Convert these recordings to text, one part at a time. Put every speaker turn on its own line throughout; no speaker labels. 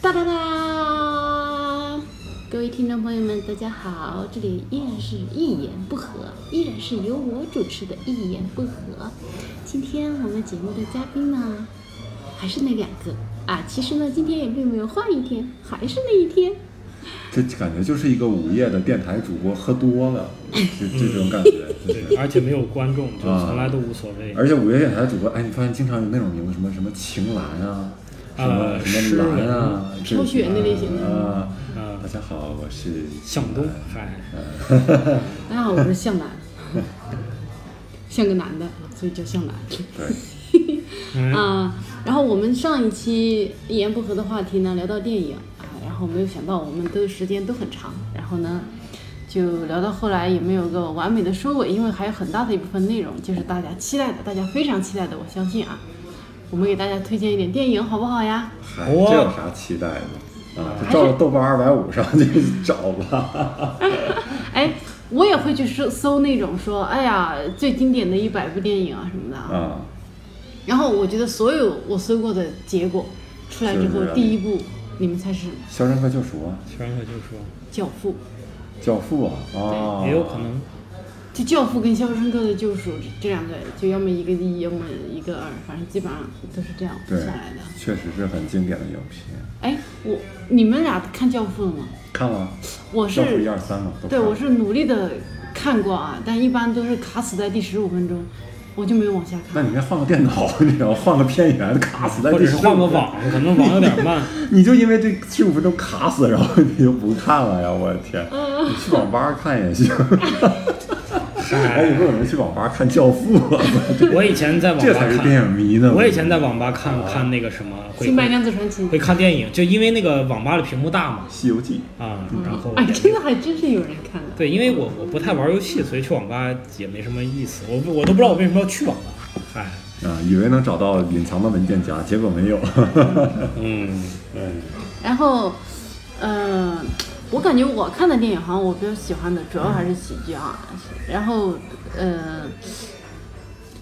哒哒哒！各位听众朋友们，大家好，这里依然是一言不合，依然是由我主持的《一言不合》。今天我们节目的嘉宾呢，还是那两个啊。其实呢，今天也并没有换一天，还是那一天。
这感觉就是一个午夜的电台主播喝多了，这这种感觉。
对，而且没有观众，就从来都无所谓。
啊而且午夜电台主播，哎，你发现经常有那种名字，什么什么晴岚啊，什么
啊
什么
诗
兰
人
啊，这
抽血那类型的
啊。
啊
大家好，我是呃
向东，
哎
嗨，
大家好，啊我是向 南，像个男的，所以叫向南。
对，
嗯，
啊，然后我们上一期一言不合的话题呢，聊到电影啊，然后没有想到我们都时间都很长，然后呢，就聊到后来也没有呃个完美的收尾，因为还有很大的一部分内容就是大家期待的，大家非常期待的，我相信啊，我们给大家推荐一点电影好不好呀？
嗨，
哇
这有啥期待的啊？就照着豆瓣二百五上去找吧。
哎，我也会去搜搜那种说，哎呀，最经典的一百部电影啊什么的啊。
啊，
然后我觉得所有我搜过的结果出来之后
是，啊
第一部你们猜是《
《肖申克救赎》啊，
全我就说，
教父》。
《教父》啊，啊，
也有可能，
就《教父》跟《肖申克的救赎》这这两个，就要么一个一，要么一个二，反正基本上都是这样
对
下来的。，
确实是很经典的影片。
哎，我你们俩看《教父》了吗？
看了，
我
教父一
是
二三嘛，都
对
看了
我是努力的看过啊，但一般都是卡死在第十五分钟，我就没有往下
那
看。
你应该换个电脑，你知道吗，换个片源，卡死在
或
第
者
十
是
五
换个
分钟
网，可能网有点 慢。
你就因为这十五分钟卡死，然后你就不看了呀？我的天，你去网吧看 也行。哎，有
嗨，
没有人去网吧看《教父》啊？
我以前在网
这
吧
才是电
看，
影啊迷呢。
我以前在网吧看看那个什么，
《
会
新白娘子传奇》
会看电影，就因为那个网吧的屏幕大嘛，
《西游记
啊，然后
哎，
也
真的还真是有人看的。
对，因为我我不太玩游戏，所以去网吧也没什么意思。我不我都不知道我为什么要去网吧。嗨，》
啊，以为能找到隐藏的文件夹，结果没有。
嗯，
然后，呃，我感觉我看的电影好像我比较喜欢的主要还是喜剧啊，然后呃，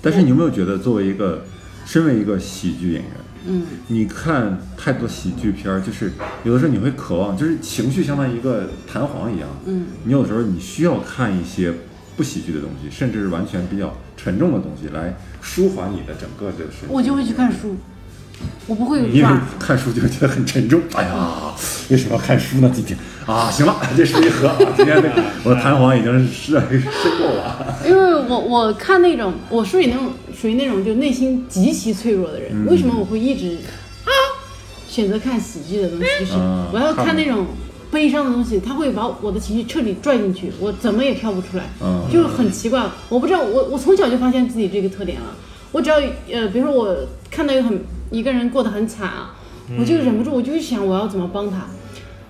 但是你有没有觉得，作为一个，身为一个喜剧演员，
嗯。
你看太多喜剧片儿，就是有的时候你会渴望，就是情绪相当于一个弹簧一样。
嗯，
你有的时候你需要看一些不喜剧的东西，甚至是完全比较沉重的东西来舒缓你的整个这个身体。
我就会去看书，我不会
因为
转。
看书就觉得很沉重，哎呀，为什么要看书呢？今天啊，行了，这书一合，啊今天这个我的弹簧已经是是够了。
因为我我看那种，我属于那种属于那种就内心极其脆弱的人。为什么我会一直啊选择看喜剧的东西？就是
啊
我要看
看
那种悲伤的东西，它会把我的情绪彻底拽进去，我怎么也跳不出来，
嗯
就是很奇怪。我不知道，我我从小就发现自己这个特点了。我只要呃，比如说我看到一个很一个人过得很惨啊，我就忍不住，我就会想我要怎么帮他，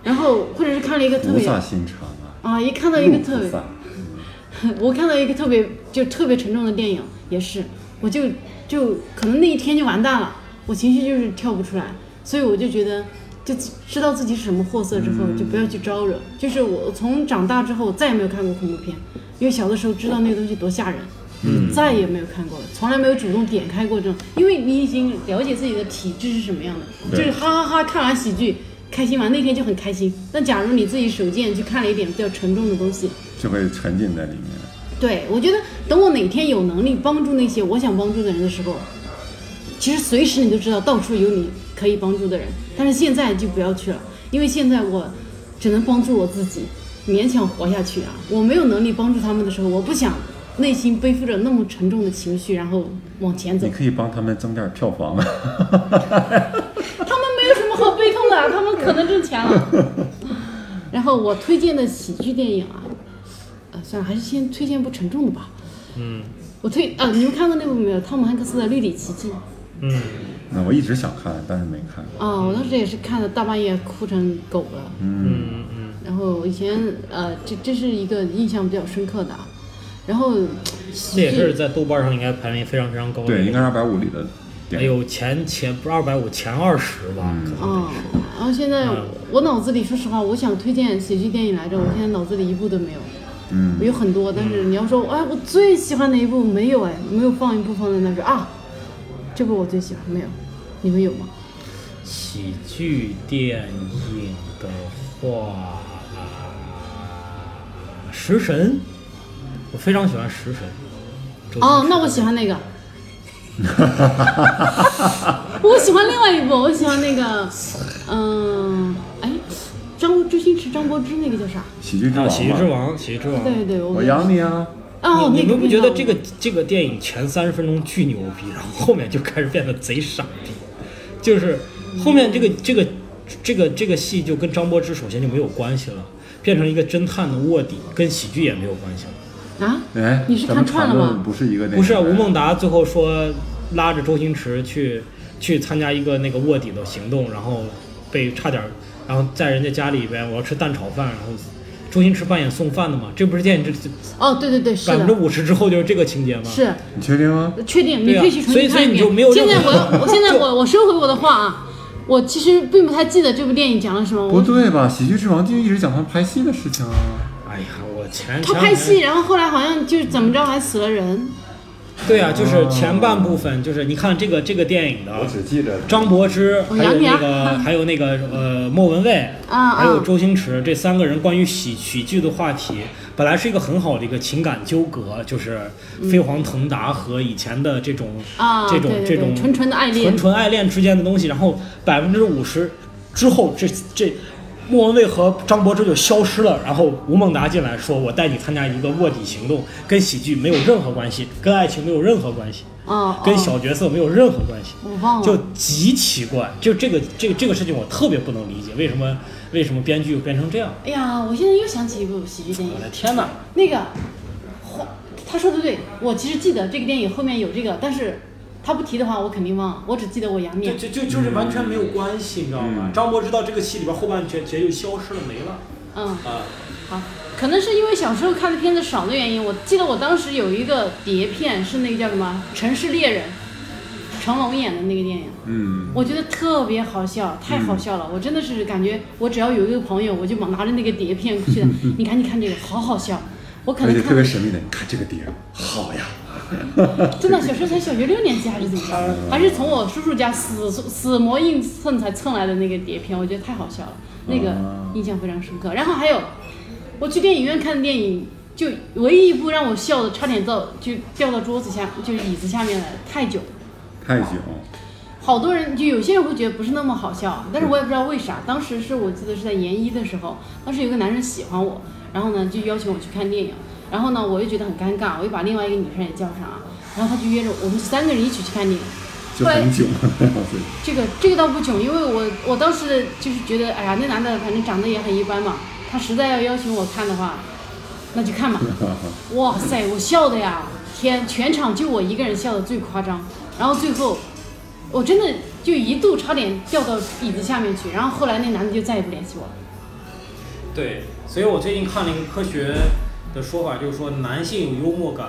然后或者是看了一个特
菩
别
萨心肠啊，
啊，一看到一个特
路
别
菩萨。
我看到一个特别就特别沉重的电影，也是，我就就可能那一天就完蛋了，我情绪就是跳不出来，所以我就觉得，就知道自己是什么货色之后，就不要去招惹。就是我从长大之后，我再也没有看过恐怖片，因为小的时候知道那个东西多吓人，嗯，再也没有看过了，从来没有主动点开过这种，因为你已经了解自己的体质是什么样的，就是哈哈哈看完喜剧。开心完那天就很开心。那假如你自己手贱去看了一点比较沉重的东西，
就会沉浸在里面。
对，我觉得等我哪天有能力帮助那些我想帮助的人的时候，其实随时你都知道到处有你可以帮助的人，但是现在就不要去了，因为现在我只能帮助我自己，勉强活下去啊。我没有能力帮助他们的时候，我不想内心背负着那么沉重的情绪，然后往前走
你。可以帮他们增点票房啊。
他们没有什么好悲痛的，啊他们可能挣钱了。然后我推荐的喜剧电影啊，呃，算了，还是先推荐部沉重的吧。
嗯
我推啊，你们看过那部没有？汤姆汉克斯的《绿里奇迹》
嗯，
那我一直想看，但是没看。
啊，我当时也是看的大半夜哭成狗了。
嗯嗯
然后以前呃，这这是一个印象比较深刻的啊。然后
这也是
是
在豆瓣上应该排名非常非常高的。
对，应该是二百五里的
哎
电影。
呦，前前不是二百五，前二十吧？可能
啊，然后现在
嗯
我脑子里说实话，我想推荐喜剧电影来着，我现在脑子里一部都没有。
嗯，
有很多，但是你要说，哎，我最喜欢哪一部？没有哎，没有放一部放在那说啊，这部我最喜欢，没有，你们有吗？
喜剧电影的话，《食神》，我非常喜欢《食神》。周星
哦，那
驰
我喜欢 那个。我喜欢另外一部，我喜欢那个，嗯、哎，张周星驰、张柏芝那个叫啥？
喜剧之
啊，
王
《喜剧之
嘛，
王》，《喜剧之王》。
对对，
我养你啊，
哦，
你你
那个
们不觉得这个
那
这个电影前三十分钟巨牛逼，然后后面就开始变得贼傻逼，就是后面这个这个这个这个戏就跟张柏芝首先就没有关系了，变成一个侦探的卧底，跟喜剧也没有关系了。
啊？
哎，
你是
咱
看
们
串了
谈论
吗？
不是一个那个，
不是啊吴孟达最后说拉着周星驰去去参加一个那个卧底的行动，然后被差点儿，然后在人家家里边我要吃蛋炒饭，然后周星驰扮演送饭的嘛，这不是电影这
哦，对对对，是
百分之
的，
五十之后就是这个情节吗？
是
你确定吗？
确定，你
对啊
可以去重
所以
新看一
所以你就没
遍。
有
现在
任何
我我现在我我收回我的话啊，我其实并不太记得这部电影讲了什么。
不
我
对吧？喜剧之王就一直讲他拍戏的事情啊，
哎呀，我前
他
前
拍
两天
戏，然后后来好像就是怎么着还死了人。
对啊，就是前半部分，就是你看这个这个电影的
记着
张柏芝，
我
还有
养你
那
啊
个还有那个呃莫文蔚，
啊
还有
啊
周星驰这三个人关于喜喜剧的话题，本来是一个很好的一个情感纠葛，就是飞黄腾达和以前的这种
嗯啊，
这种
对对
这
对
种
纯纯的爱恋
纯，纯爱恋之间的东西，然后百分之五十之后，这这莫文蔚和张柏芝就消失了，然后吴孟达进来说：“我带你参加一个卧底行动，跟喜剧没有任何关系，跟爱情没有任何关系，
哦，
跟
哦
小角色没有任何关系。”
我忘
就
了，
极奇怪，就这个这个这个事情我特别不能理解，为什么为什么编剧变成这样？
哎呀，我现在又想起一部喜剧电影
我，的天哪！
那个，后他说的对，我其实记得这个电影后面有这个，但是他不提的话，我肯定忘了，我只记得我杨
就
幂。
就就就是完全没有关系，你知道吗？张柏芝到这个戏里边后半截截就消失了，没了
嗯，
啊！
好，可能是因为小时候看的片子少的原因，我记得我当时有一个碟片是那个叫什么《城市猎人》，成龙演的那个电影。
嗯，
我觉得特别好笑，太好笑了！我真的是感觉，我只要有一个朋友，我就往拿着那个碟片 去，你赶紧看这个，好好笑。我可
而且
能
特别
看
神秘的，你看这个碟儿好呀，
真的小时候才小学六年级还是怎么着，还是从我叔叔家死死磨硬蹭才蹭来的那个碟片，我觉得太好笑了，那个
啊
印象非常深刻。然后还有，我去电影院看电影，就唯一一部让我笑的差点到就掉到桌子下，就椅子下面来了，太久。
太久，
好多人就有些人会觉得不是那么好笑，但是我也不知道为啥。当时是我记得是在研一的时候，当时有个男生喜欢我，然后呢就邀请我去看电影，然后呢我又觉得很尴尬，我又把另外一个女生也叫上啊，然后他就约着我们三个人一起去看电影。
就
后来
很久，
这个这个倒不囧，因为我我当时就是觉得，哎呀，那男的反正长得也很一般嘛，他实在要邀请我看的话，那就看吧。哇塞，我笑的呀，天，全场就我一个人笑的最夸张。然后最后，我真的就一度差点掉到椅子下面去。然后后来那男的就再也不联系我了。
对，所以我最近看了一个科学的说法，就是说男性有幽默感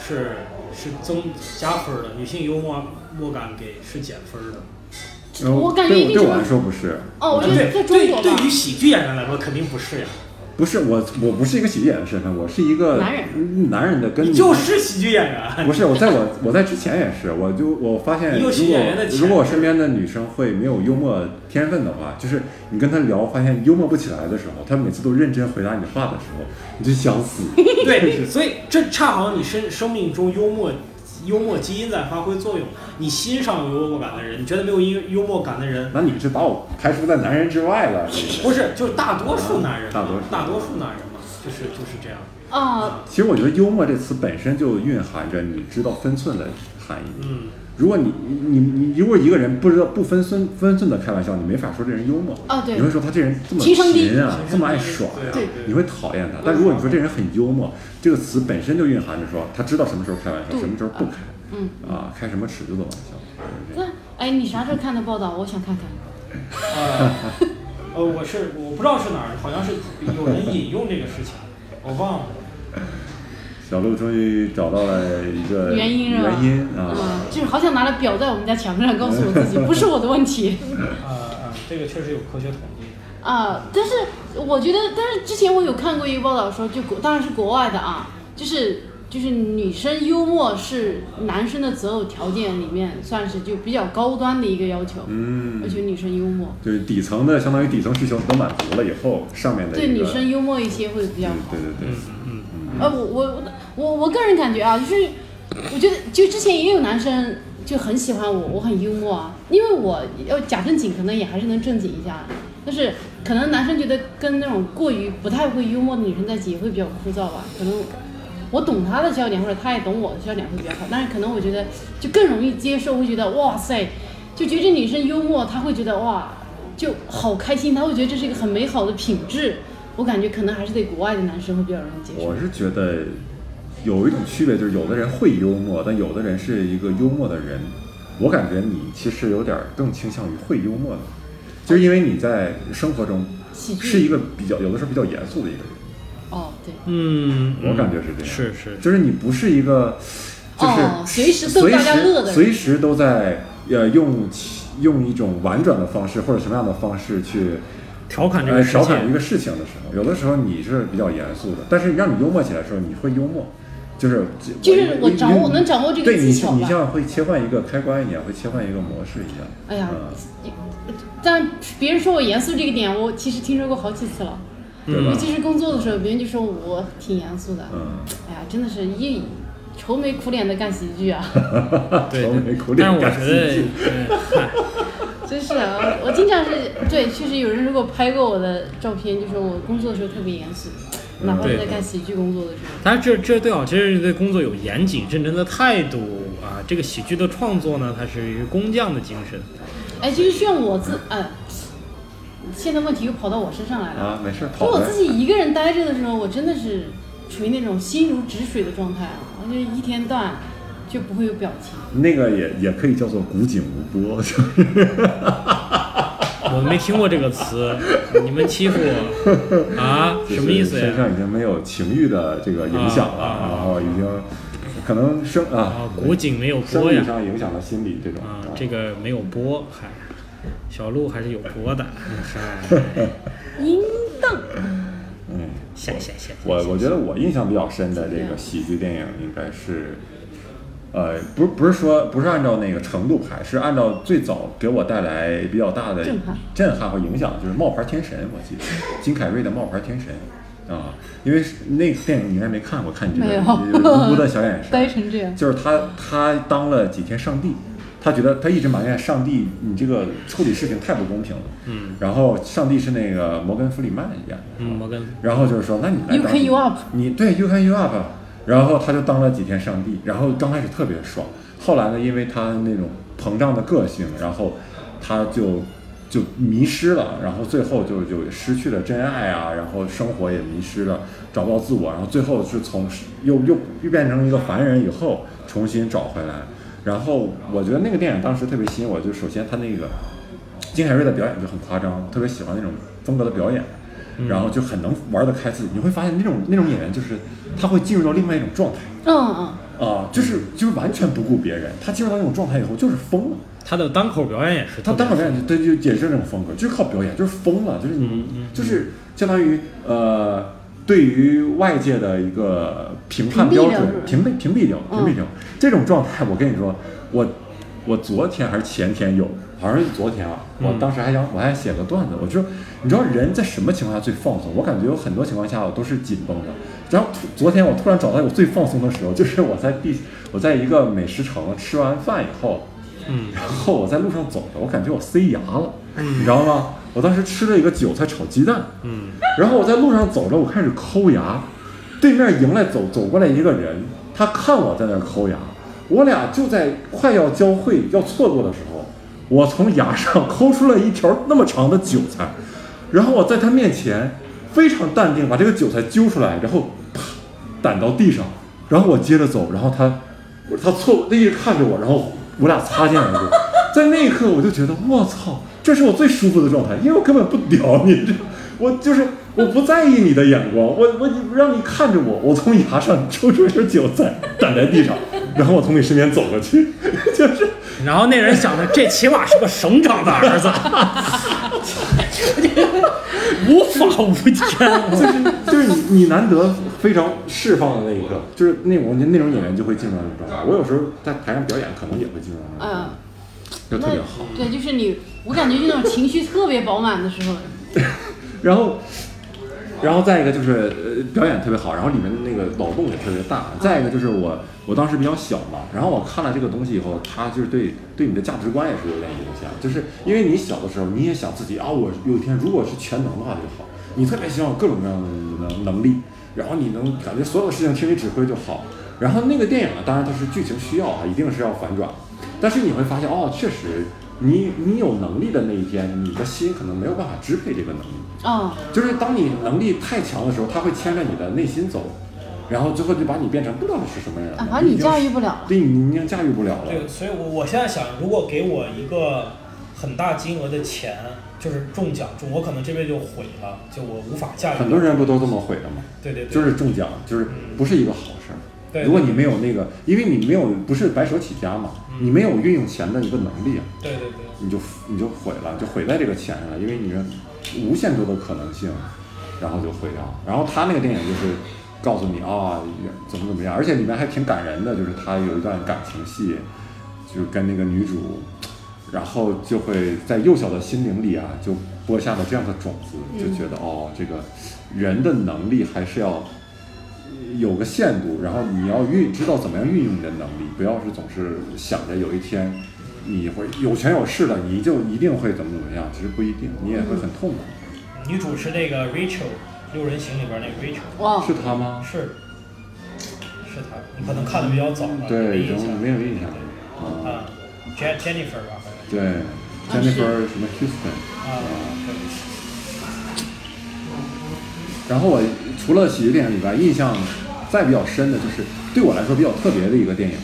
是是增加分儿的，女性幽默默感给是减分儿的。
然后
我感觉一定
对
是
我来说不是，
哦，我觉
对
得在
对
中国吧，
对于喜剧演员来说肯定不是呀，
不是我，我不是一个喜剧演员的身份，我是一个
男人
人，男人的跟
你就是喜剧演 员。啊
不是我，在我我在之前也是，我就我发现，
你
如
有
果
喜剧演员的潜质
如果我身边的女生会没有幽默天分的话，就是你跟她聊，发现幽默不起来的时候，她每次都认真回答你的话的时候，你就想 死。
对，所以这恰好你生生命中幽默幽默基因在发挥作用。你欣赏有幽默感的人，你觉得没有幽幽默感的人，
那你是把我排除在男人之外了。
不是就是大多数男人嘛，
大多数
大多数男人嘛，就是就是这样。
啊、
其实我觉得幽默这词本身就蕴含着你知道分寸的含义。
嗯，
如果你你你你如果一个人不知道不分寸分寸的开玩笑，你没法说这人幽默。
哦
啊对
你会说他这人这么
情商低
贫啊，这么爱耍呀、
对
啊
你会讨厌他。但如果你说这人很幽默，这个词本身就蕴含着说他知道什么时候开玩笑，
对
什么时候不开，
嗯，
啊，开什么尺度的玩笑。就是这
那
样
哎，你啥时候看的报道？我想看看。
呃，呃，我是我不知道是哪儿，好像是有人引用这个事情，我忘了。
小鹿终于找到了一
呃
个
原因是吧？
原因啊，
嗯，就是好想拿来裱在我们家墙上，告诉我自 己不是我的问题
呃呃，这个确实有科学统计。
啊。但是我觉得，但是之前我有看过一个报道说，就国当然是国外的啊，就是就是女生幽默是男生的择偶条件里面算是就比较高端的一个要求，
嗯
要，求女生幽默，
对底层的相当于底层需求都满足了以后，上面的
对
一个
女生幽默一些会比较
嗯
好
对。对对，
呃，我我我我个人感觉啊，就是我觉得就之前也有男生就很喜欢我，我很幽默啊，因为我要假正经，可能也还是能正经一下，但是可能男生觉得跟那种过于不太会幽默的女生在一起也会比较枯燥吧，可能。我懂他的笑点，或者他也懂我的笑点会比较好，但是可能我觉得就更容易接受，会觉得哇塞，就觉得这女生幽默，他会觉得哇就好开心，他会觉得这是一个很美好的品质。我感觉可能还是得国外的男生会比较容易接受。
我是觉得有一种区别，就是有的人会幽默，但有的人是一个幽默的人。我感觉你其实有点更倾向于会幽默的，就是因为你在生活中
喜剧
是一个比较有的时候比较严肃的一个人。
哦，对，
嗯，
我感觉是这样
是是，
就是你不是一个，就是
哦随时逗大家乐的人
随时随时都在呃用其用一种婉转的方式或者什么样的方式去
调侃这
呃
个世
调
界，
侃一个事情的时候，有的时候你是比较严肃的，但是让你幽默起来的时候，你会幽默，就是
就是我
你
掌握
你
能掌握这个
对你
技巧吧
你像会切换一个开关一样，会切换一个模式一样。
哎呀
嗯，
但别人说我严肃这个点，我其实听说过好几次了。
嗯
对
尤
吧？
其是工作的时候，别人就说我挺严肃的。
嗯，
哎呀，真的是一愁眉苦脸的干喜剧啊，
对
愁眉
对
苦，
但是
脸
我
干
觉得
喜剧，，
呃嗨，
真是啊！我经常是对，确实有人如果拍过我的照片，就说我工作的时候特别严肃，哪怕是在
对
干喜剧工作的时候。
但是这这对好，其实对工作有严谨认真的态度啊。这个喜剧的创作呢，它是一个工匠的精神。
哎，这个需要我自哎，现在问题又跑到我身上来了。
啊，没事，
就
跑
我
呗
自。己一个人待着的时候，我真的是处于那种心如止水的状态啊，我就一天到晚就不会有表情。
那个也也可以叫做古井无波，就是
我没听过这个词，你们欺负我 啊？什么意思
身
呀？
上已经没有情欲的这个影响了，
啊啊
然后已经可能生啊
啊，古井没有
生
波
理
呀？
上影响了心理这种
啊，这个没有波，嗨，小鹿还是有波 的，嗨，
淫荡，
嗯。
下下下。
我我觉得我印象比较深的这个喜剧电影应该是，呃，不是不是说不是按照那个程度排，是按照最早给我带来比较大的
震撼
震撼和影响，就是《冒牌天神》，我记得金凯瑞的《冒牌天神》啊，因为是那个电影你应该没看过，看你这
没
个
有
无辜的小 眼神，
呆成这样
就是他他当了几天上帝，他觉得他一直埋怨上帝，你这个处理事情太不公平了，嗯，然后上帝是那个摩根弗里曼演的。
嗯，摩根，
然后就是说，那你来
You
当
can you up
你对 you can you up，然后他就当了几天上帝，然后刚开始特别爽，后来呢，因为他那种膨胀的个性，然后他就就迷失了，然后最后就就失去了真爱啊，然后生活也迷失了，找不到自我，然后最后是从又又又变成一个凡人以后重新找回来，然后我觉得那个电影当时特别吸引我，就首先他那个金凯瑞的表演就很夸张，特别喜欢那种风格的表演，
嗯
然后就很能玩得开自己。你会发现那种那种演员就是他会进入到另外一种状态
嗯嗯，
啊、就是就是完全不顾别人。他进入到那种状态以后就是疯了，
他的单口表演也是特
他
别，
单口表演对就也是这种风格，就是靠表演，就是疯了，就是
嗯
你、就是相当于呃。对于外界的一个评判标准，屏
屏
蔽屏蔽掉，屏蔽掉、这种状态，我跟你说，我我昨天还是前天有，好像是昨天啊，我当时还想我还写个段子，我就说你知道人在什么情况下最放松？我感觉有很多情况下我都是紧绷的，然后突昨天我突然找到我最放松的时候，就是我在地我在一个美食城吃完饭以后，
嗯，
然后我在路上走着，我感觉我塞牙了，你知道吗？我当时吃了一个韭菜炒鸡蛋，
嗯，
然后我在路上走着，我开始抠牙，对面迎来走走过来一个人，他看我在那儿抠牙，我俩就在快要交汇要错过的时候，我从牙上抠出了一条那么长的韭菜，然后我在他面前非常淡定把这个韭菜揪出来，然后啪掸到地上，然后我接着走，然后他他错他一直看着我，然后我俩擦肩而过，在那一刻我就觉得我操，这是我最舒服的状态，因为我根本不屌你，这我就是我不在意你的眼光，我我让你看着我，我从牙上抽出一根韭菜掸在地上，然后我从你身边走过去， 就是
然后那人想的，这起码是个省长的儿 子，无法无天。
就是就是你你难得非常释放的那一刻，就是那种那种演员就会进入那种状态。我有时候在台上表演，可能也会进入那种状态，
嗯，
就特
那
别好。
对，就是你，我感觉就那种情绪特别饱满的时候，
然后，然后再一个就是呃表演特别好，然后里面的那个脑洞也特别大。再一个就是我我当时比较小嘛，然后我看了这个东西以后，它就是对对你的价值观也是有点影响，就是因为你小的时候你也想自己啊，我有一天如果是全能的话就好，你特别希望有各种各样的能能力，然后你能感觉所有的事情听你指挥就好。然后那个电影呢，当然它是剧情需要啊，一定是要反转，但是你会发现哦，确实你你有能力的那一天，你的心可能没有办法支配这个能力。
哦，
就是当你能力太强的时候，他会牵着你的内心走，然后最后就把你变成不知道你是什么人了
啊，反正你
已经
驾驭不了了。
对你已经驾驭不了了。
对，所以我我现在想，如果给我一个很大金额的钱，就是中奖中，我可能这辈子就毁了，就我无法驾驭。
很多人不都这么毁的吗？
对对对，
就是中奖，就是不是一个好事儿。
对
如果你没有那个，因为你没有不是白手起家嘛，你没有运用钱的一个能力，
嗯
啊
对对对。
你就你就毁了，就毁在这个钱上了，因为你是无限多的可能性，然后就毁掉。然后他那个电影就是告诉你啊、怎么怎么样，而且里面还挺感人的，就是他有一段感情戏，就是跟那个女主，然后就会在幼小的心灵里啊，就播下了这样的种子，就觉得、
嗯
哦，这个人的能力还是要。有个限度，然后你要运知道怎么样运用你的能力，不要是总是想着有一天你会有权有势了，你就一定会怎么怎么样，其实不一定，你也会很痛苦。
女主是那个 Rachel《六人行》里边那个 Rachel，
哇，
是他吗？
是是她，你可能看的比较早了，
对，
没
已
印象
经没有印象了。啊，
啊，Jen Jennifer 吧，好像是
对，Jennifer 什么 Houston。
啊，对
然后我除了喜剧电影以外，印象再比较深的就是对我来说比较特别的一个电影，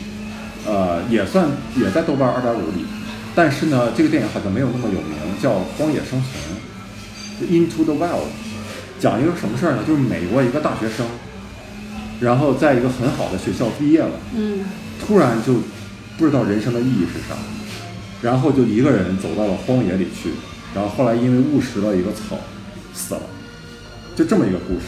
呃，也算也在豆瓣二点五里，但是呢，这个电影好像没有那么有名，叫《荒野生存》。Into the Wild，讲一个什么事儿呢？就是美国一个大学生，然后在一个很好的学校毕业了，
嗯，
突然就不知道人生的意义是啥，然后就一个人走到了荒野里去，然后后来因为误食了一个草，死了，就这么一个故事，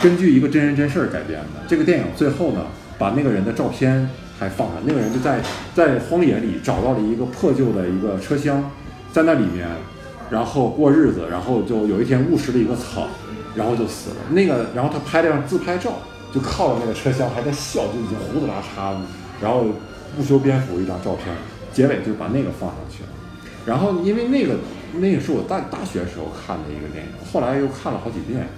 根据一个真人真事儿改编的。这个电影最后呢，把那个人的照片还放上，那个人就在在荒野里找到了一个破旧的一个车厢，在那里面，然后过日子，然后就有一天误食了一个草，然后就死了。那个，然后他拍了张自拍照，就靠着那个车厢还在笑，就已经胡子拉碴了，然后不修边幅一张照片，结尾就把那个放上去了。然后因为那个那个是我大大学时候看的一个电影，后来又看了好几遍，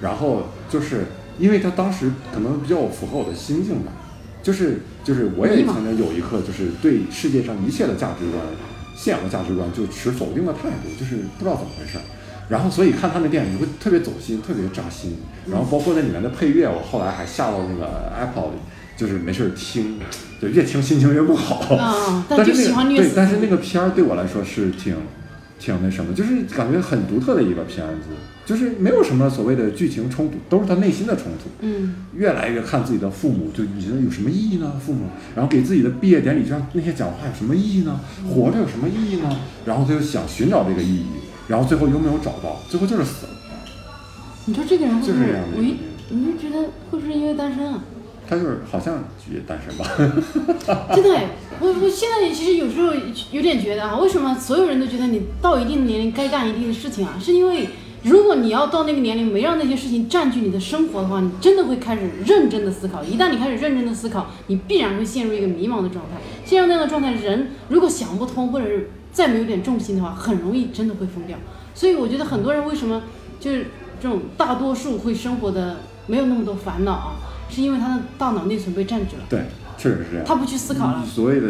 然后就是因为他当时可能比较符合我的心境吧，就是就是我也
迷茫
曾经有一刻就是对世界上一切的价值观、信仰的价值观就持否定的态度，就是不知道怎么回事儿。然后所以看他那电影你会特别走心，特别扎心。然后包括那里面的配乐，我后来还下到那个 Apple 里，就是没事儿听，就越听心情越不好。
啊但
哦但是
就喜
那
欢
个
虐
对
死，
但是那个片儿对我来说是挺挺那什么，就是感觉很独特的一个片子，就是没有什么所谓的剧情冲突，都是他内心的冲突。
嗯，
越来越看自己的父母，就你觉得有什么意义呢？父母，然后给自己的毕业典礼上那些讲话有什么意义呢？活着有什么意义呢？然后他就想寻找这个意义，然后最后又没有找到，最后就是死了。
你说这个人会不
就是
会
这样的
我一
一个人
你就觉得会不会因为单身啊？
他就是好像也单身吧，
真的哎，我我现在其实有时候有点觉得啊，为什么所有人都觉得你到一定的年龄该干一定的事情啊？是因为如果你要到那个年龄没让那些事情占据你的生活的话，你真的会开始认真的思考。一旦你开始认真的思考，你必然会陷入一个迷茫的状态。陷入那样的状态，人如果想不通，或者是再没有点重心的话，很容易真的会疯掉。所以我觉得很多人为什么就是这种大多数会生活的没有那么多烦恼啊，是因为他的大脑内存被占据了，
对，确实是这样。
他不去思考了。
所谓的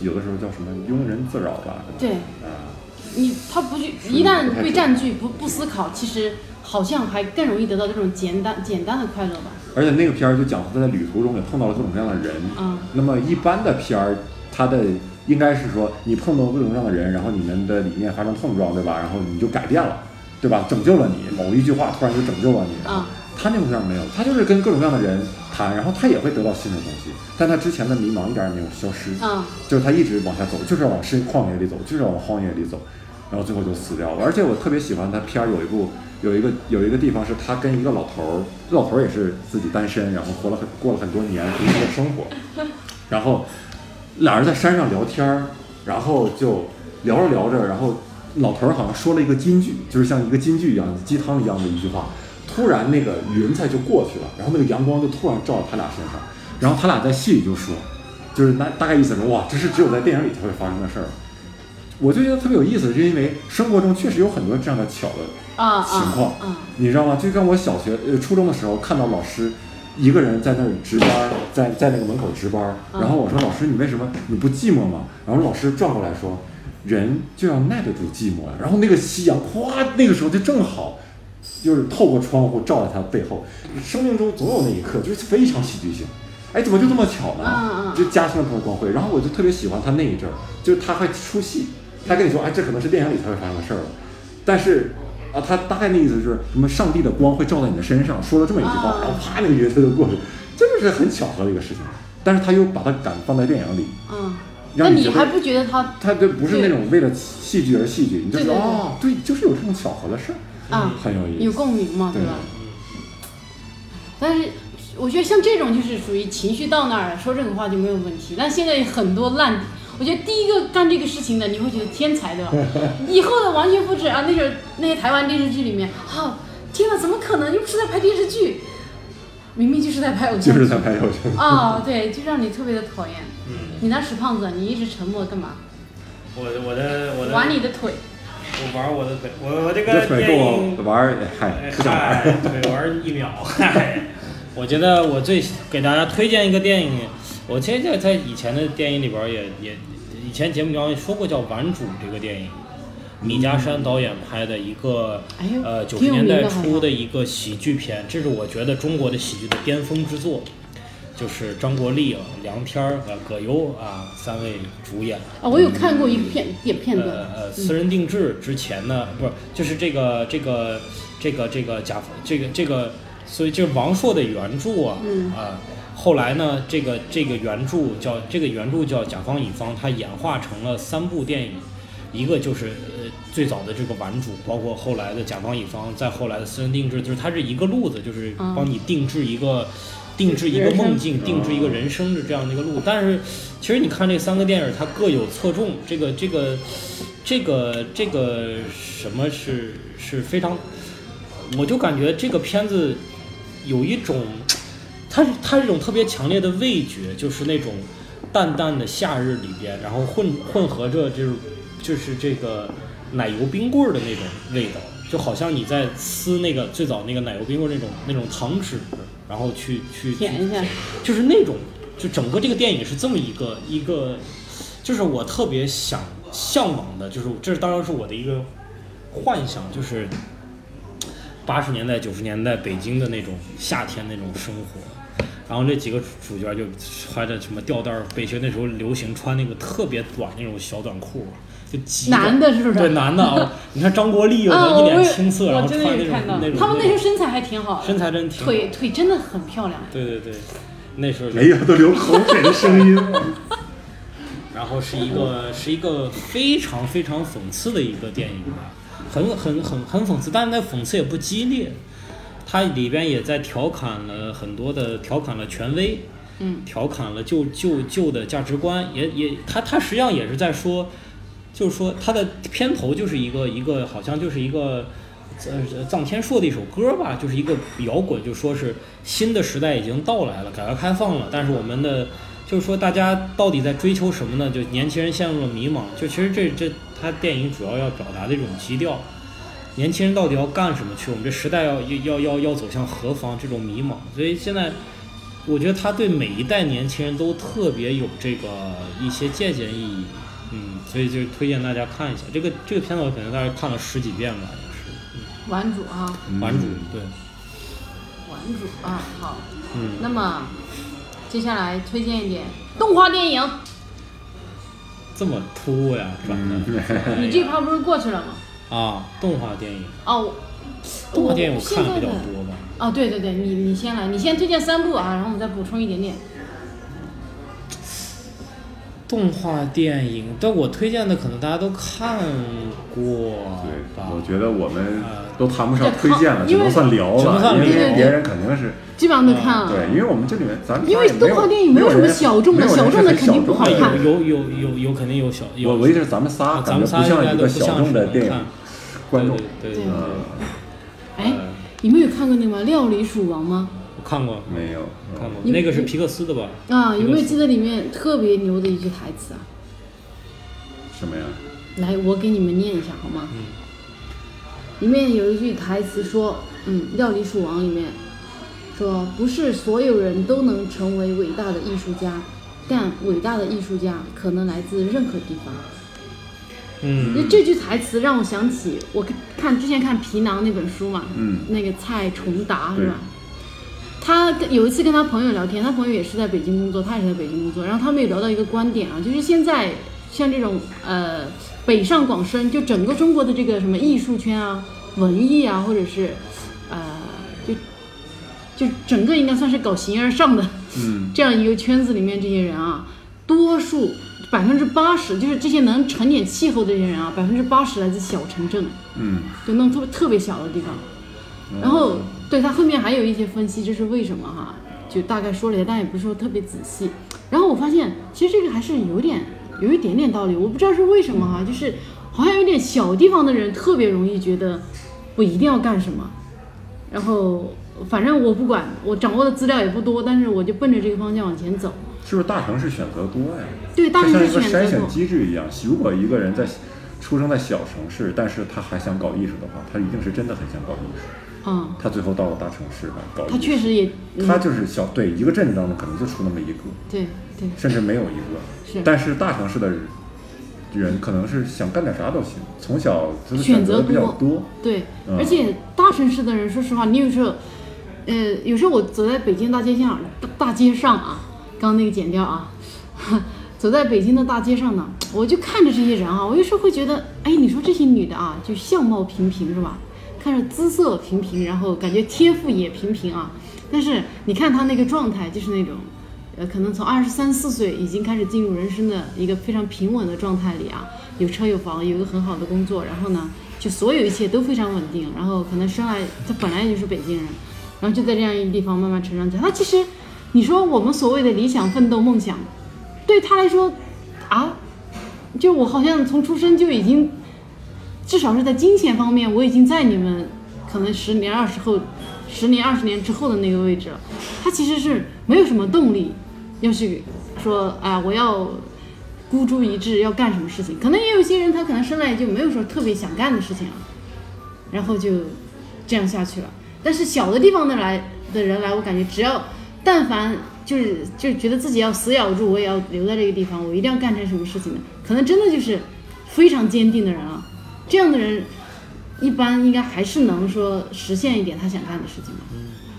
有的时候叫什么庸人自扰吧，可能
对
啊，
你他不去，
是
一旦
不太
被
准
占据，不不思考，其实好像还更容易得到这种简单简单的快乐吧。
而且那个片儿就讲他在旅途中也碰到了各种各样的人。
嗯
那么一般的片儿，它的应该是说你碰到各种各样的人，然后你们的理念发生碰撞，对吧？然后你就改变了，对吧？拯救了你，某一句话突然就拯救了你。
啊，
他那部片儿没有，他就是跟各种各样的人谈，然后他也会得到新的东西，但他之前的迷茫一点儿也没有消失。
啊，
就是他一直往下走，就是要往深旷野里走，就是要往荒野里走。然后最后就死掉了。而且我特别喜欢他片儿有一部有一个有一个地方是他跟一个老头儿，这老头儿也是自己单身，然后活了很过了很多年独自的生活，然后俩人在山上聊天儿，然后就聊着聊着，然后老头儿好像说了一个金句，就是像一个金句一样、鸡汤一样的一句话。突然那个云彩就过去了，然后那个阳光就突然照到他俩身上，然后他俩在戏里就说，就是那大概意思是哇，这是只有在电影里才会发生的事儿。我就觉得特别有意思，是因为生活中确实有很多这样的巧的
啊
情况
啊啊！
你知道吗？就跟我小学呃初中的时候看到老师一个人在那儿值班儿，在在那个门口值班儿，
嗯
然后我说老师你为什么你不寂寞吗？然后老师转过来说，人就要耐得住寂寞呀。啊然后那个夕阳哗，那个时候就正好。就是透过窗户照在他背后，生命中总有那一刻，就是非常喜剧性。哎，怎么就这么巧呢？
嗯嗯嗯
就加深了他的光辉。然后我就特别喜欢他那一阵儿，就是他还出戏，他跟你说，哎，这可能是电影里才会发生的事儿了。但是啊，他大概那意思就是什么上帝的光会照在你的身上，说了这么一句话，
啊
然后啪，那个角色就过去，这就是很巧合的一个事情。但是他又把它敢放在电影里，
嗯，那
让你
你
觉
还
得
不觉得他
他就不是那种为了戏剧而戏剧，你就觉得
对对对
哦，对，就是有这种巧合的事儿，
啊
很有意
有
思。
共鸣嘛？
嗯对
吧？但是我觉得像这种就是属于情绪到那儿了，说这种话就没有问题。但现在很多烂，我觉得第一个干这个事情的，你会觉得天才，对吧？ 以后的完全复制啊，那种那些台湾电视剧里面，啊，天哪，怎么可能？又不是在拍电视剧，明明就是在拍偶像
就是
剧。
在拍友情。
哦，对，就让你特别的讨厌。
嗯，
你那死胖子，你一直沉默干嘛？
我我的
嗯
我的
玩你的腿。
我玩我的腿，我我这
这
个
腿
电影
够玩儿，嗨，
哎
不想玩儿。
对，玩一秒。 嗨，我觉得我最给大家推荐一个电影，我其实在在以前的电影里边儿也也以前节目中也说过叫《顽主》这个电影，米家山导演拍的一个、
哎呦
呃九
挺
十
有
年
名
代
的好像
初的一个喜剧片，这是我觉得中国的喜剧的巅峰之作。就是张国立、啊、梁天儿、呃葛优啊三位主演，
啊、我有看过一个片点片段。
嗯
嗯
呃呃，私人定制之前呢，不是，就是这个这个这个这个甲这个这个，所以就是王朔的原著啊，
嗯
啊、后来呢，这个这个原著叫这个原著叫甲方乙方，它演化成了三部电影，一个就是呃最早的这个顽主，包括后来的甲方乙方，再后来的私人定制，就是它是一个路子，就是
嗯
帮你定制一个。定制一个
人生
梦境，定制一个人生的这样的一个路。但是，其实你看这三个电影，它各有侧重，这个这个这个这个什么是是非常，我就感觉这个片子有一种，它是它是一种特别强烈的味觉，就是那种淡淡的夏日里边，然后混混合着就是就是这个奶油冰棍儿的那种味道，就好像你在撕那个最早那个奶油冰棍儿那种那种糖纸，然后去去去
舔一下，
就是那种，就整个这个电影是这么一个一个，就是我特别想向往的，就是这当然是我的一个幻想，就是八十年代九十年代北京的那种夏天那种生活。然后这几个主角就穿着什么吊带儿背心，那时候流行穿那个特别短那种小短裤，就极短
男的是不是
对男 的啊，你看张国立有
啊，
的一
我
脸
有
青涩，然
我
后
真
穿那
的有
种
看到
那种，
他们那时候身材还挺好的，
身材真挺好
腿腿真的很漂亮。
对对对，那时候
没有，都流口水的声音。
然后是一个是一个非常非常讽刺的一个电影吧，很很很很讽刺，但是那讽刺也不激烈，它里边也在调侃了很多的调侃了权威，
嗯，
调侃了旧旧旧的价值观，也也它它实际上也是在说，就是说它的片头就是一个一个好像就是一个。呃，藏天朔的一首歌吧，就是一个摇滚，就说是新的时代已经到来了，改革开放了，但是我们的就是说大家到底在追求什么呢？就年轻人陷入了迷茫。就其实这这他电影主要要表达的一种基调，年轻人到底要干什么去？我们这时代要要要要走向何方？这种迷茫。所以现在我觉得他对每一代年轻人都特别有这个一些借鉴意义。嗯，所以就推荐大家看一下这个这个片子，我可能大概看了十几遍吧，也
玩主啊，
嗯
是顽主对，
玩主啊，好。
嗯，
那么接下来推荐一点动画电影，
这么突兀呀，转的、
嗯
哎呀
你这趴不是过去了吗？
啊，动画电影，
哦，
动画电影
我
我看的比较
现在的
多吧。
哦，对对对，你你先来，你先推荐三部啊，然后我们再补充一点点。
动画电影，但我推荐的可能大家都看过
对，
吧？
我觉得我们
呃
都谈不上
对
推荐了，
因
只能
为
算聊
只能
了，
算
因
聊
为别人肯定是
基本上
啊
都看了。
对，因为我们这里面咱们
因为
仨也没有
动画电影没有什么小众的
没有人
小众
是
的
很
肯定不好
小众的
看
哎有有有有肯定有小有
我我意思是咱们仨
咱
感觉
们仨应
像一
该都
个
不
小
像是
众的
能
电
看
影观众。
对对
对
对，
嗯，
哎，你们有看过那个吗《料理鼠王》吗？
我看过
没有，嗯
看过，
你
那个是
你
皮克斯的吧？
啊，有没有
皮克斯
记得里面特别牛的一句台词啊？
什么呀？
来，我给你们念一下好吗？里面有一句台词说，嗯，《料理鼠王》里面说，不是所有人都能成为伟大的艺术家，但伟大的艺术家可能来自任何地方。
嗯，
那这句台词让我想起我看之前看《皮囊》那本书嘛，
嗯
那个蔡崇达
对
是吧？他跟有一次跟他朋友聊天，他朋友也是在北京工作，他也是在北京工作，然后他们有聊到一个观点啊，就是现在像这种呃北上广深，就整个中国的这个什么艺术圈啊、文艺啊，或者是呃就就整个应该算是搞形而上的，
嗯，
这样一个圈子里面这些人啊，多数百分之八十就是这些能成点气候的这些人啊，百分之八十来自小城镇，
嗯，
就那种特别特别小的地方。然后对他后面还有一些分析，这是为什么哈，就大概说了一下，但也不是说特别仔细。然后我发现其实这个还是有点有一点点道理，我不知道是为什么哈，就是好像有点小地方的人特别容易觉得我一定要干什么，然后反正我不管，我掌握的资料也不多，但是我就奔着这个方向往前走。
是不是大城市选择多呀？
对，大
就
城
像
市
一个
选择
筛选
多。
机制一样，如果一个人在出生在小城市，但是他还想搞艺术的话，他一定是真的很想搞艺术。
啊、
他最后到了大城市来搞艺术，
他确实也，嗯、
他就是小对一个镇子当中可能就出那么一个，
对对
甚至没有一个。
是
但是大城市的人可能是想干点啥都行，从小就是
选择
择比较
多
多。
对，
嗯
而且大城市的人，说实话，你有时候，呃，有时候我走在北京大街上，大大街上啊，刚刚那个剪掉啊， 走在北京的大街上呢，我就看着这些人啊，我有时候会觉得，哎，你说这些女的啊，就相貌平平是吧？看着姿色平平，然后感觉天赋也平平啊，但是你看她那个状态，就是那种。呃，可能从二十三四岁已经开始进入人生的一个非常平稳的状态里啊，有车有房，有一个很好的工作，然后呢，就所有一切都非常稳定。然后可能生来他本来就是北京人，然后就在这样一个地方慢慢成长起来。他其实，你说我们所谓的理想、奋斗、梦想，对他来说，啊，就我好像从出生就已经，至少是在金钱方面，我已经在你们可能十年、二十后、十年、二十年之后的那个位置了。他其实是没有什么动力，要去说啊，我要孤注一掷要干什么事情。可能也有些人他可能生来就没有说特别想干的事情啊，然后就这样下去了。但是小的地方的来的人来，我感觉只要但凡就是就觉得自己要死咬住，我也要留在这个地方，我一定要干成什么事情的，可能真的就是非常坚定的人啊。这样的人一般应该还是能说实现一点他想干的事情吧。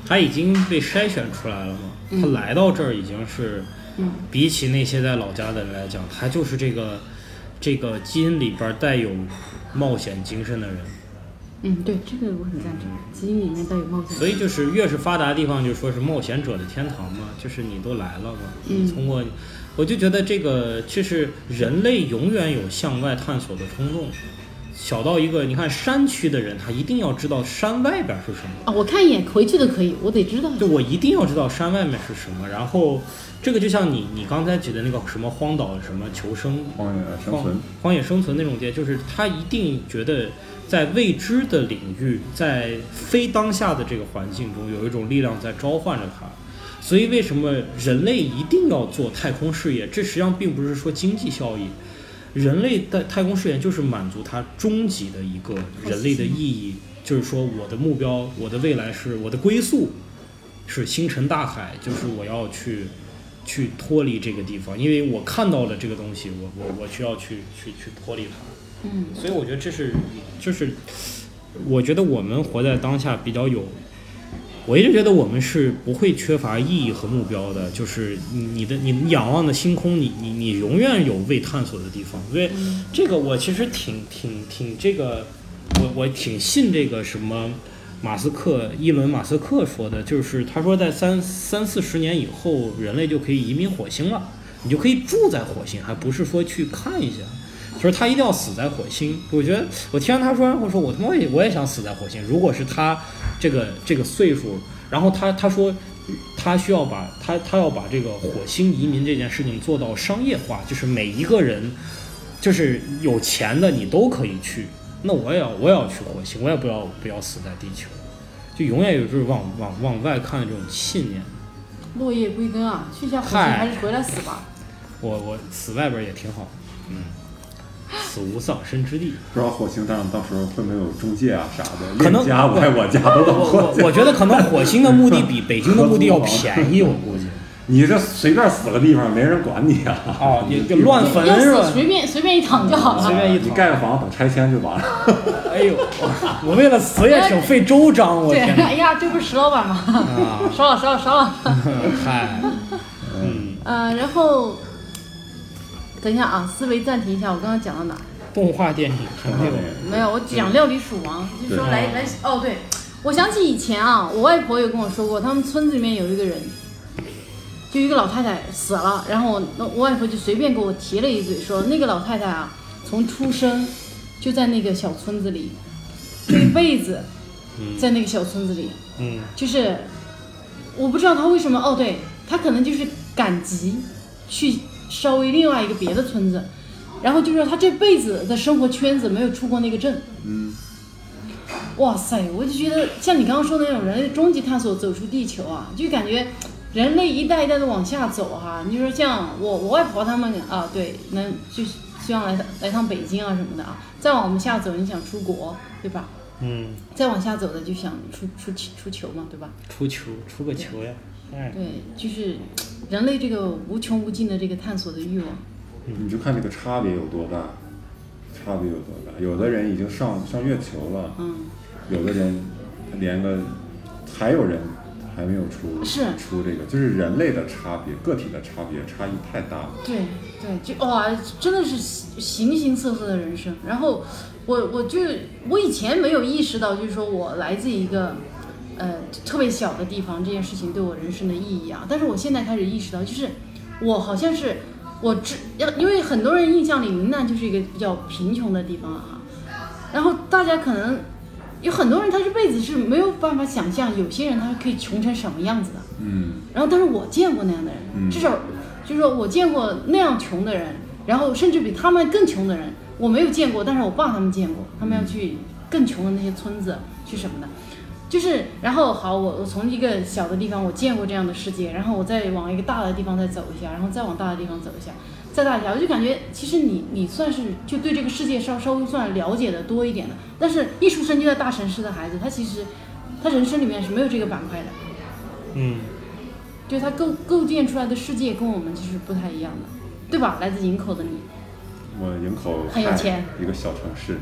他已经被筛选出来了嘛，他来到这儿已经是，比起那些在老家的人来讲，他就是这个这个基因里边带有冒险精神的人，
嗯，对，这个我很赞成，基因里面带有冒险。
所以就是越是发达的地方，就说是冒险者的天堂嘛，就是你都来了嘛，
嗯
你通过，我就觉得这个就是人类永远有向外探索的冲动，小到一个你看山区的人，他一定要知道山外边是什么。
啊，我看一眼回去都可以，我得知道一下
对，我一定要知道山外面是什么。然后，这个就像你你刚才举的那个什么荒岛什么求生、
荒野生
荒
存，
荒野生存那种街，就是他一定觉得在未知的领域，在非当下的这个环境中，有一种力量在召唤着他。所以，为什么人类一定要做太空事业？这实际上并不是说经济效益，人类的太空事业就是满足他终极的一个人类的意义，就是说我的目标，我的未来是我的归宿，是星辰大海，就是我要去去脱离这个地方，因为我看到了这个东西，我我我需要去去去脱离它，
嗯，
所以我觉得这是就是我觉得我们活在当下比较有。我一直觉得我们是不会缺乏意义和目标的，就是你你的你仰望的星空，你你你永远有未探索的地方。因为这个我其实挺挺挺这个，我我挺信这个什么马斯克伊伦马斯克说的，就是他说在三三四十年以后，人类就可以移民火星了。你就可以住在火星，还不是说去看一下。就是他一定要死在火星，我觉得我听完他说完，我说我他妈也我也想死在火星。如果是他这个这个岁数，然后他他说他需要把他他要把这个火星移民这件事情做到商业化，就是每一个人就是有钱的你都可以去，那我也要我也要去火星，我也不要不要死在地球，就永远有这种往往往外看的这种信念。
落叶归根啊，去一下火星
嗨
还是回来死吧。
我我死外边也挺好，嗯，死无葬身之地。
不知道火星当然到时候会没有中介啊啥的，
可能
链家我爱我家都到
哦我
火星
我觉得可能火星的墓地比北京的墓地要便宜，我估 计。
你这随便死个地方没人管你啊，
哦，也就乱坟
要
是
死
吧？
随便随便一躺就好
随
了。
便一
你
躺
盖个房等拆迁就完了。
哎呦，我我为了死也挺费周章，我
对，
天哪！
哎呀，这不是石老板吗？
啊，
烧了烧了烧了。
嗨，嗯，
呃，然后等一下啊，思维暂停一下，我刚刚讲到哪？
动画电影什么那种，
没有，我讲料理鼠王，就说
嗯对
来
啊
来哦，对，我想起以前啊，我外婆有跟我说过，他们村子里面有一个人，就一个老太太死了，然后我那我外婆就随便给我提了一嘴，说那个老太太啊，从出生就在那个小村子里，这一辈子在那个小村子里，
嗯
就是我不知道他为什么哦，对他可能就是赶集去稍微另外一个别的村子，然后就说他这辈子的生活圈子没有出过那个镇。
嗯，
哇塞，我就觉得像你刚刚说的那种人类的终极探索，走出地球啊，就感觉人类一代一代的往下走哈、你说像我我外婆他们啊，对，能就是希望来趟来趟北京啊什么的啊，再往我们下走，你想出国对吧？
嗯，
再往下走的就想出出出球嘛，对吧？
出球出个球呀，哎，
对，就是人类这个无穷无尽的这个探索的欲望。
你就看这个差别有多大，差别有多大。有的人已经上上月球了，
嗯，
有的人连个，还有人还没有出
是
出这个，就是人类的差别，个体的差别差异太大了。
对对，就哇，真的是形形色色的人生。然后我我就我以前没有意识到，就是说我来自一个呃特别小的地方，这件事情对我人生的意义啊。但是我现在开始意识到，就是我好像是我只要，因为很多人印象里云南就是一个比较贫穷的地方啊，然后大家可能。有很多人，他这辈子是没有办法想象，有些人他是可以穷成什么样子的。
嗯，
然后，但是我见过那样的人，
嗯
至少就是说我见过那样穷的人，然后甚至比他们更穷的人，我没有见过，但是我爸他们见过，他们要去更穷的那些村子去什么的，就是然后好，我我从一个小的地方我见过这样的世界，然后我再往一个大的地方再走一下，然后再往大的地方走一下，再大一下，我就感觉其实你你算是就对这个世界稍稍微算了解的多一点的，但是一出生就在大城市的孩子，他其实他人生里面是没有这个板块的。
嗯，
就是它构构建出来的世界跟我们就是不太一样的，对吧？来自营口的你，
我营口
很有
嗨
钱
一个小城市，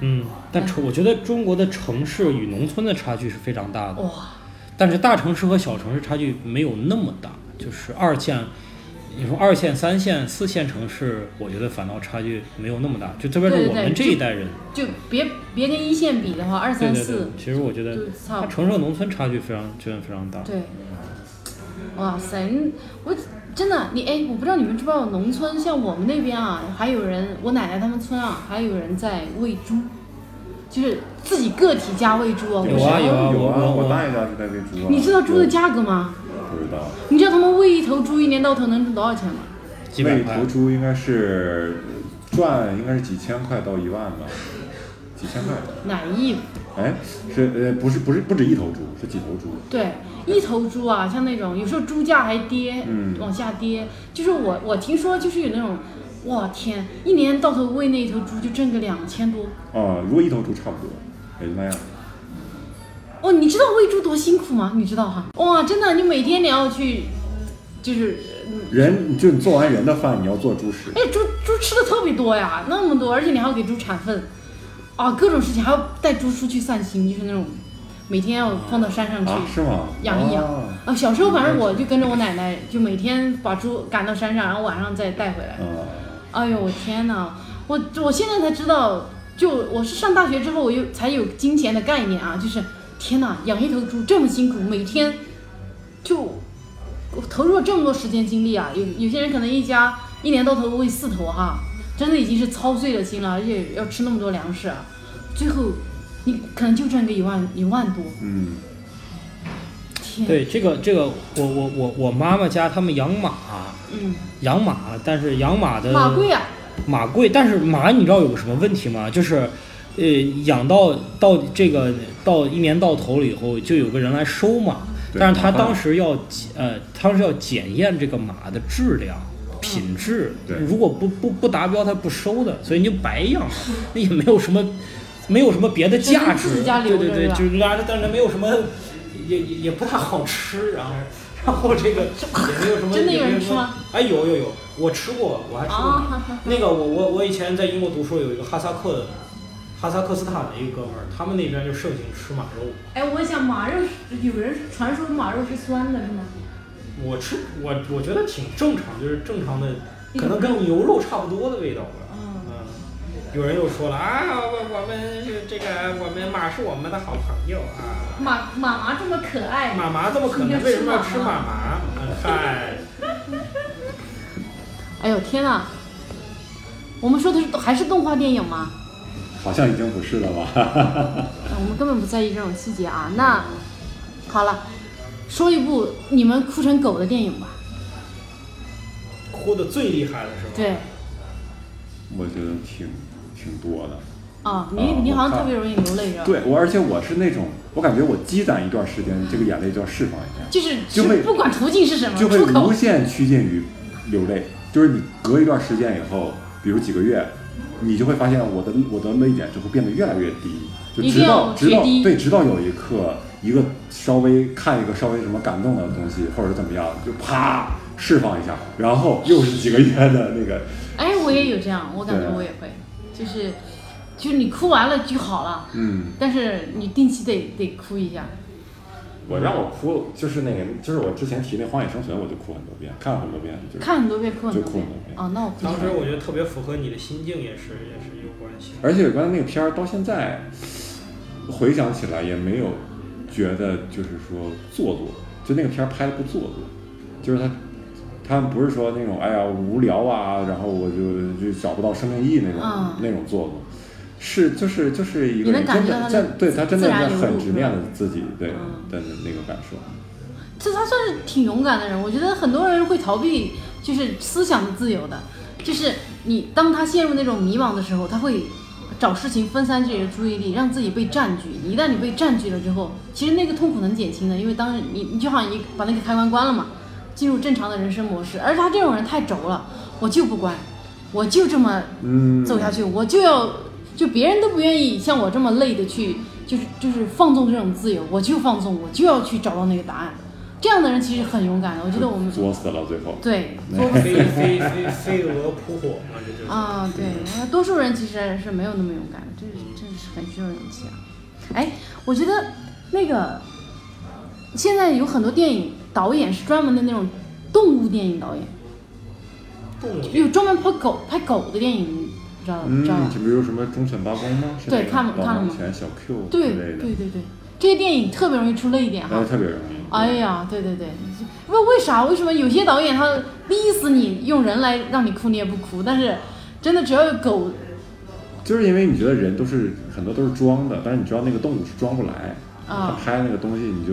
嗯，但城我觉得中国的城市与农村的差距是非常大的，
哇，
但是大城市和小城市差距没有那么大，就是二线，你说二线、三线、四线城市，我觉得反倒差距没有那么大，就特别
对
是
对
我们这
对
一代人，
就别别跟一线比的话，二
对
三
对对
四，
其实我觉得
就差
它
不多。
城市和农村差距非常，真的非常大。
对，哇塞，嗯我真的你哎，我不知道你们知不知道，农村像我们那边啊，还有人，我奶奶他们村啊，还有人在喂猪，就是自己个体家喂猪哦。
有
不是
啊
有
有啊
有
我我
我大爷家就在喂猪啊。
你知道猪的
有
价格吗？
不知道？
你知道他们喂一头猪一年到头能挣多少钱吗？
几百
喂
块
头，猪应该是赚应该是几千块到一万吧，几千块。
奶一
哎，是呃不是不是不止一头猪，是几头猪？
对，一头猪啊，像那种有时候猪价还跌，
嗯
往下跌。就是我我听说就是有那种，哇天，一年到头喂那一头猪就挣个两千多。
啊、如果一头猪差不多，也就那样。
哦，你知道喂猪多辛苦吗？你知道哈？哇，真的，你每天你要去，就是，嗯
人就你做完人的饭，你要做猪食。
哎，猪猪吃的特别多呀，那么多，而且你还要给猪产粪，啊，各种事情，还要带猪出去散心，就是那种，每天要放到山上去。
啊，是吗？
养一养
啊
啊，小时候反正我就跟着我奶奶，就每天把猪赶到山上，然后晚上再带回来。
啊
哎呦，我天哪！我我现在才知道，就我是上大学之后，我又才有金钱的概念啊，就是天哪，养一头猪这么辛苦，每天就投入了这么多时间精力啊，有有些人可能一家一年到头喂四头哈，真的已经是操碎了心了，而且要吃那么多粮食啊，最后你可能就赚个一万一万多，
嗯，
天，，
对这个这个，我我我我妈妈家他们养马，
嗯，
养马，但是养马的
马贵啊，
马贵，但是马你知道有个什么问题吗？就是，呃，养到到这个到一年到头了以后，就有个人来收马，
对
但是他
麻烦
当时要检呃，他是要检验这个马的质量。品质
对，
如果不不不达标，他不收的，所以你就白养，那也没有 什么，没有什么别的价值
自己家。留
对
着
对对，
是吧
就是拉着，但是没有什么，也也也不太好吃，然后然后这个也没有什么。
真的
也
有
没
人
什
吃
么
吗？
哎，有有有，我吃过，我还吃过。
啊，哈哈
那个我我我以前在英国读书，有一个哈萨克哈萨克斯坦的一个哥们儿，他们那边就盛行吃马肉。
哎，我想马肉是有人传说马肉是酸的是吗？
我吃我我觉得挺正常，就是正常的，可能跟牛肉差不多的味道吧。
嗯，
嗯，有人又说了啊，我我们是这个我们马是我们的好朋友啊，
马马麻这么可爱，
马麻这么可
你
能
要吃
为什么要
马
吃
麻
马麻？嗯嗨，
哎呦天哪！我们说的是还是动画电影吗？哎
好像已经不是了吧？
我们根本不在意这种细节啊。那好了，说一部你们哭成狗的电影吧。
哭的最厉害的是吧？
对，
我觉得挺挺多的。
啊，你
啊
你好
我
像
看
特别容易流泪是吧？，
对我，而且我是那种，我感觉我积攒一段时间，这个眼泪就要释放一下。
就是
就会
不管途径是什么，
就会
嗯出口
无限趋近于流泪。就是你隔一段时间以后，比如几个月，你就会发现我的我的泪点就会变得越来越低，就
一
直
定
到
要
直到
决堤
对，直到有一刻，一个稍微看一个稍微什么感动的东西，或者是怎么样，就啪释放一下，然后又是几个月的那个，
哎，我也有这样，我感觉
对
我也会，就是就是你哭完了就好了，
嗯，
但是你定期得得哭一下。
我让我哭就是那个，就是我之前提那《荒野生存》，我就哭很多遍，看了很多遍，就是。
看很多遍，哭很
就
多
哭
遍
很多。遍
哦，那我不
当
知
时
道
我觉得特别符合你的心境，也是也是有关系。
而且有关那个片儿，到现在回想起来也没有觉得就是说做作，就那个片儿拍的不做作，就是他他不是说那种哎呀无聊啊，然后我就就找不到生命意义那种、
嗯
那种做作，是就是就是一个
你能
人
感
真
觉到
的
他
在
的
对他真的
自然
在
流
很
露
直
是
面
吧
的自己对
嗯
的那个感受，
这他算是挺勇敢的人。我觉得很多人会逃避，就是思想的自由的，就是你当他陷入那种迷茫的时候，他会找事情分散自己的注意力，让自己被占据。一旦你被占据了之后，其实那个痛苦能减轻的，因为当你你就好像你把那个开关关了嘛，进入正常的人生模式。而他这种人太轴了，我就不关，我就这么
嗯，
走下去，我就要就别人都不愿意像我这么累的去，就是就是放纵这种自由，我就放纵，我就要去找到那个答案。这样的人其实很勇敢的，我觉得我们
作死了最后，
对
飞飞飞飞蛾扑火嘛，这就是。
啊，对，那多数人其实是没有那么勇敢的，这是这是很需要勇气啊。哎，我觉得那个现在有很多电影导演是专门的那种动物电影导演，
动物
有专门拍狗拍狗的电影，你知道
嗯，
知道吧？
就比如什么忠犬八公吗？是
对
那个
看了
导
看了
盲
吗
犬小 Q 之
对
类的
对，对对，这些电影特别容易出泪点哈
但是。特别容易，
哎呀，对对对，为为啥？为什么有些导演他逼死你用人来让你哭，你也不哭？但是真的只要有狗，
就是因为你觉得人都是很多都是装的，但是你知道那个动物是装不来，他
啊
拍那个东西你就，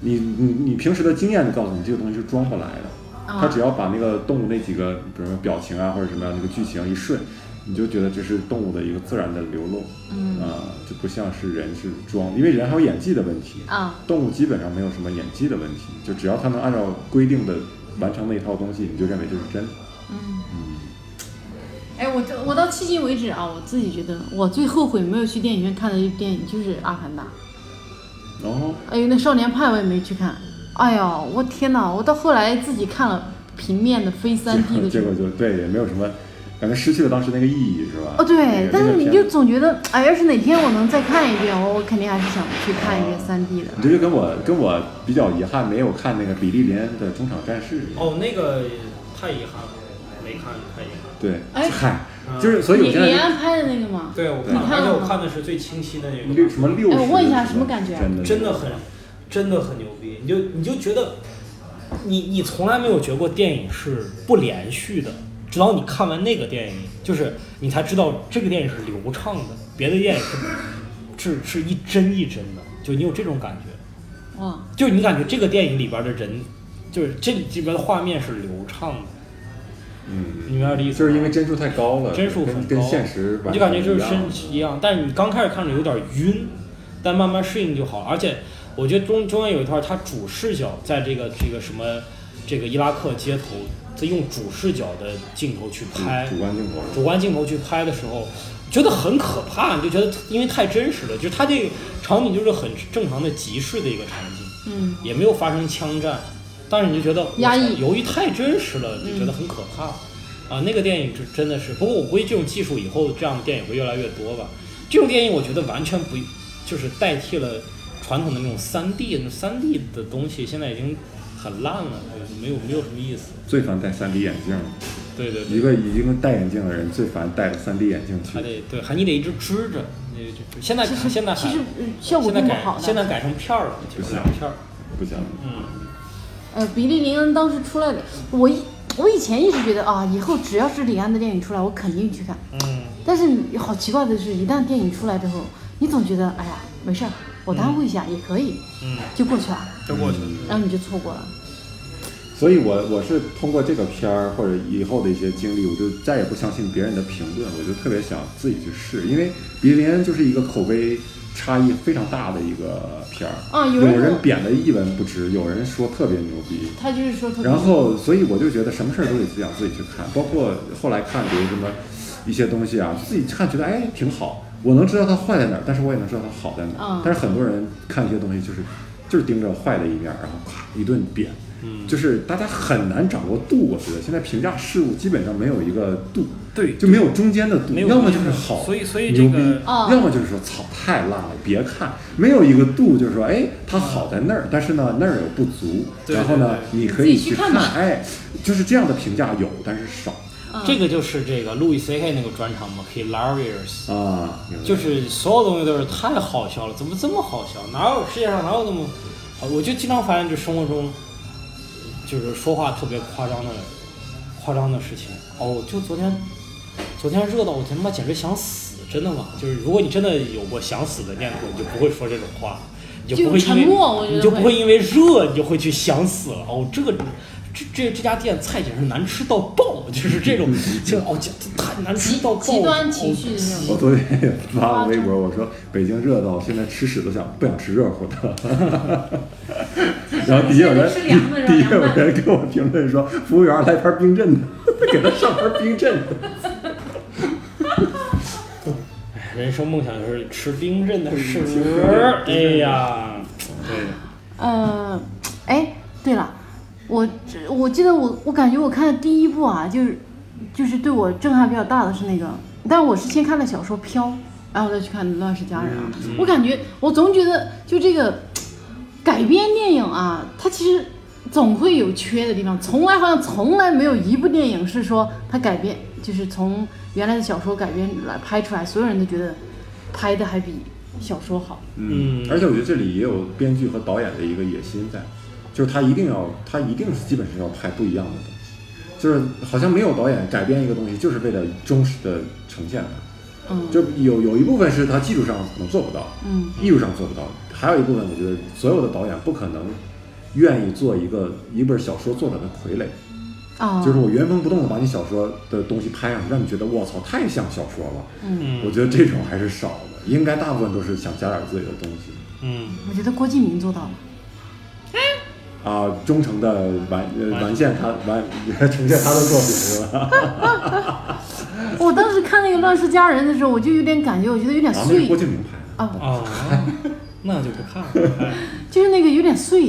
你你你平时的经验就告诉你这个东西是装不来的，
啊
他只要把那个动物那几个，比如说表情啊或者什么样的一个剧情一顺，你就觉得这是动物的一个自然的流露，
嗯
啊，就不像是人是装，因为人还有演技的问题，
啊，
动物基本上没有什么演技的问题，就只要它能按照规定的完成那一套东西，你就认为这是真的，
嗯，
嗯，
哎，我这我到迄今为止啊，我自己觉得我最后悔没有去电影院看的一部电影就是《阿凡达》，
然后
哎呦，那《少年派》我也没去看，哎呦，我天哪！我到后来自己看了平面的非三 D 的
结
这
果
种，
就对，也没有什么，感觉失去了当时那个意义，是吧？
哦
那
对
个，
但是
那个
你
片
就总觉得，哎，要是哪天我能再看一遍，我我肯定还是想去看一遍三 D 的。
你这就跟我跟我比较遗憾没有看那个比利林恩的中场战事一样。
哦，那个太遗憾了，没看，太遗憾。
对，
哎
嗨，
嗯
就是所以我
李
现
李
在
安拍的那个嘛，
对，我
你
看，
看
而且
了
我
吗
看的是最清晰的那
六
个，
什么六十，
哎我问一下什么感觉啊
真的
真的很，真的很牛逼。你就你就觉得，你你从来没有觉过电影是不连续的，直到你看完那个电影，就是你才知道这个电影是流畅的，别的电影是是是一帧一帧的，就你有这种感觉。
哇，
就是你感觉这个电影里边的人，就是这里边的画面是流畅的，
嗯，
你明白我的意思
就
吗？
是因为帧数太高了，
帧数
跟
很高，
跟现实完全
你就感觉就
不一
是
样
身一样，但是你刚开始看着有点晕，但慢慢适应就好。而且我觉得中中间有一段，他主视角在这个这个什么这个伊拉克街头，他用主视角的镜头去拍，
主观镜头。
主观镜头去拍的时候，觉得很可怕，你就觉得因为太真实了，就是他这个场景就是很正常的集市的一个场景。
嗯，
也没有发生枪战，但是你就觉得
压抑嗯
我操由于太真实了，就觉得很可怕。啊，那个电影就真的是，不过我估计这种技术以后这样的电影会越来越多吧。这种电影我觉得完全不，就是代替了传统的那种三 D，那三 D 的东西现在已经很烂了，没有没有什么意思。
最烦戴 3D 眼镜了，
对对
嗯
对，
一个已经戴眼镜的人最烦戴了 3D 眼镜去
还。得对，还你得一直支着。那就现在
其实
现在
其
还
实嗯效果
现在
并不
改
好的。
现在改成片儿了，就
不
是
行
两片儿。
不行，
嗯，
呃，比利林恩当时出来的，我一我以前一直觉得啊，以后只要是李安的电影出来，我肯定去看。
嗯，
但是你好奇怪的是，一旦电影出来之后，你总觉得哎呀没事儿，我耽误一下也可以，
嗯，
就过去了，
就过去了。
然后你就错过了。
所以我我是通过这个片儿或者以后的一些经历，我就再也不相信别人的评论，我就特别想自己去试，因为比利林恩就是一个口碑差异非常大的一个片儿。
啊有
有
人
人贬得一文不值，有人说特别牛逼，
他就是说特别，
然后，所以我就觉得什么事儿都得自己想自己去看，包括后来看，比如什么一些东西啊，自己看觉得哎挺好，我能知道它坏在哪儿，但是我也能知道它好在哪儿。
嗯
但是很多人看一些东西就是就是盯着坏的一面儿，然后咔一顿贬，
嗯
就是大家很难掌握度。我觉得现在评价事物基本上没有一个度，
对
就没有中间的度，
没有
要么就
中
是
间的
好，
所以所以
牛
这个
逼，
啊
要么就是说操太烂了，别看，没有一个度，就是说哎它好在那儿，但是呢那儿有不足，
对
然后呢
对
你可以
自己去
去
看吧
哎，就是这样的评价有，但是少
嗯
这个就是这个路易 C K 那个专场嘛，Hilarious，
啊，明白
就是所有东西都是太好笑了，怎么这么好笑？哪有世界上哪有那么好？我就经常发现，就生活中，就是说话特别夸张的，夸张的事情。哦，就昨天，昨天热到我他妈简直想死，真的吗？就是如果你真的有过想死的念头，你就不会说这种话，你就不会
就沉
因为
默我觉得
你就不
会
会因为热你就会去想死了。哦，这个。这这这家店菜简直难吃到爆，就是这种，就哦，这太难吃到爆，
极端情绪
哦
的那
我
种。
昨天也发了微博，我说北京热到现在吃屎都想不想吃热乎的，然后底下有人
吃凉的
底下有
然后凉拌
人给我评论说，服务员来盘冰镇的， 给他上盘冰镇的。
哎人生梦想就是吃冰镇的食
吃冰镇的，
哎呀，对，
呃，哎，对了，我我记得我我感觉我看的第一部啊，就是就是对我震撼比较大的是那个，但我是先看的小说《飘》，然后再去看《乱世佳人》啊。
嗯
我感觉我总觉得就这个改编电影啊，它其实总会有缺的地方，从来好像从来没有一部电影是说它改编就是从原来的小说改编来拍出来，所有人都觉得拍的还比小说好。
嗯
嗯，
而且我觉得这里也有编剧和导演的一个野心在，就是他一定要，他一定是基本上要拍不一样的东西，就是好像没有导演改编一个东西就是为了忠实的呈现它，
嗯
就有有一部分是他技术上可能做不到，
嗯，
艺术上做不到，还有一部分我觉得所有的导演不可能愿意做一个一本小说作者的傀儡，
啊，
就是我原封不动的把你小说的东西拍上去，让你觉得我操太像小说了，
嗯
我觉得这种还是少的，应该大部分都是想加点自己的东西。
嗯，
我觉得郭敬明做到了。
啊、忠诚的完呃完 现他完呈现他的作品是吧？
我当时看那个《乱世佳人》的时候，我就有点感觉，我觉得有点
啊，那是
碎
郭敬明拍
啊，
啊，那就不看了，
就是那个有点碎，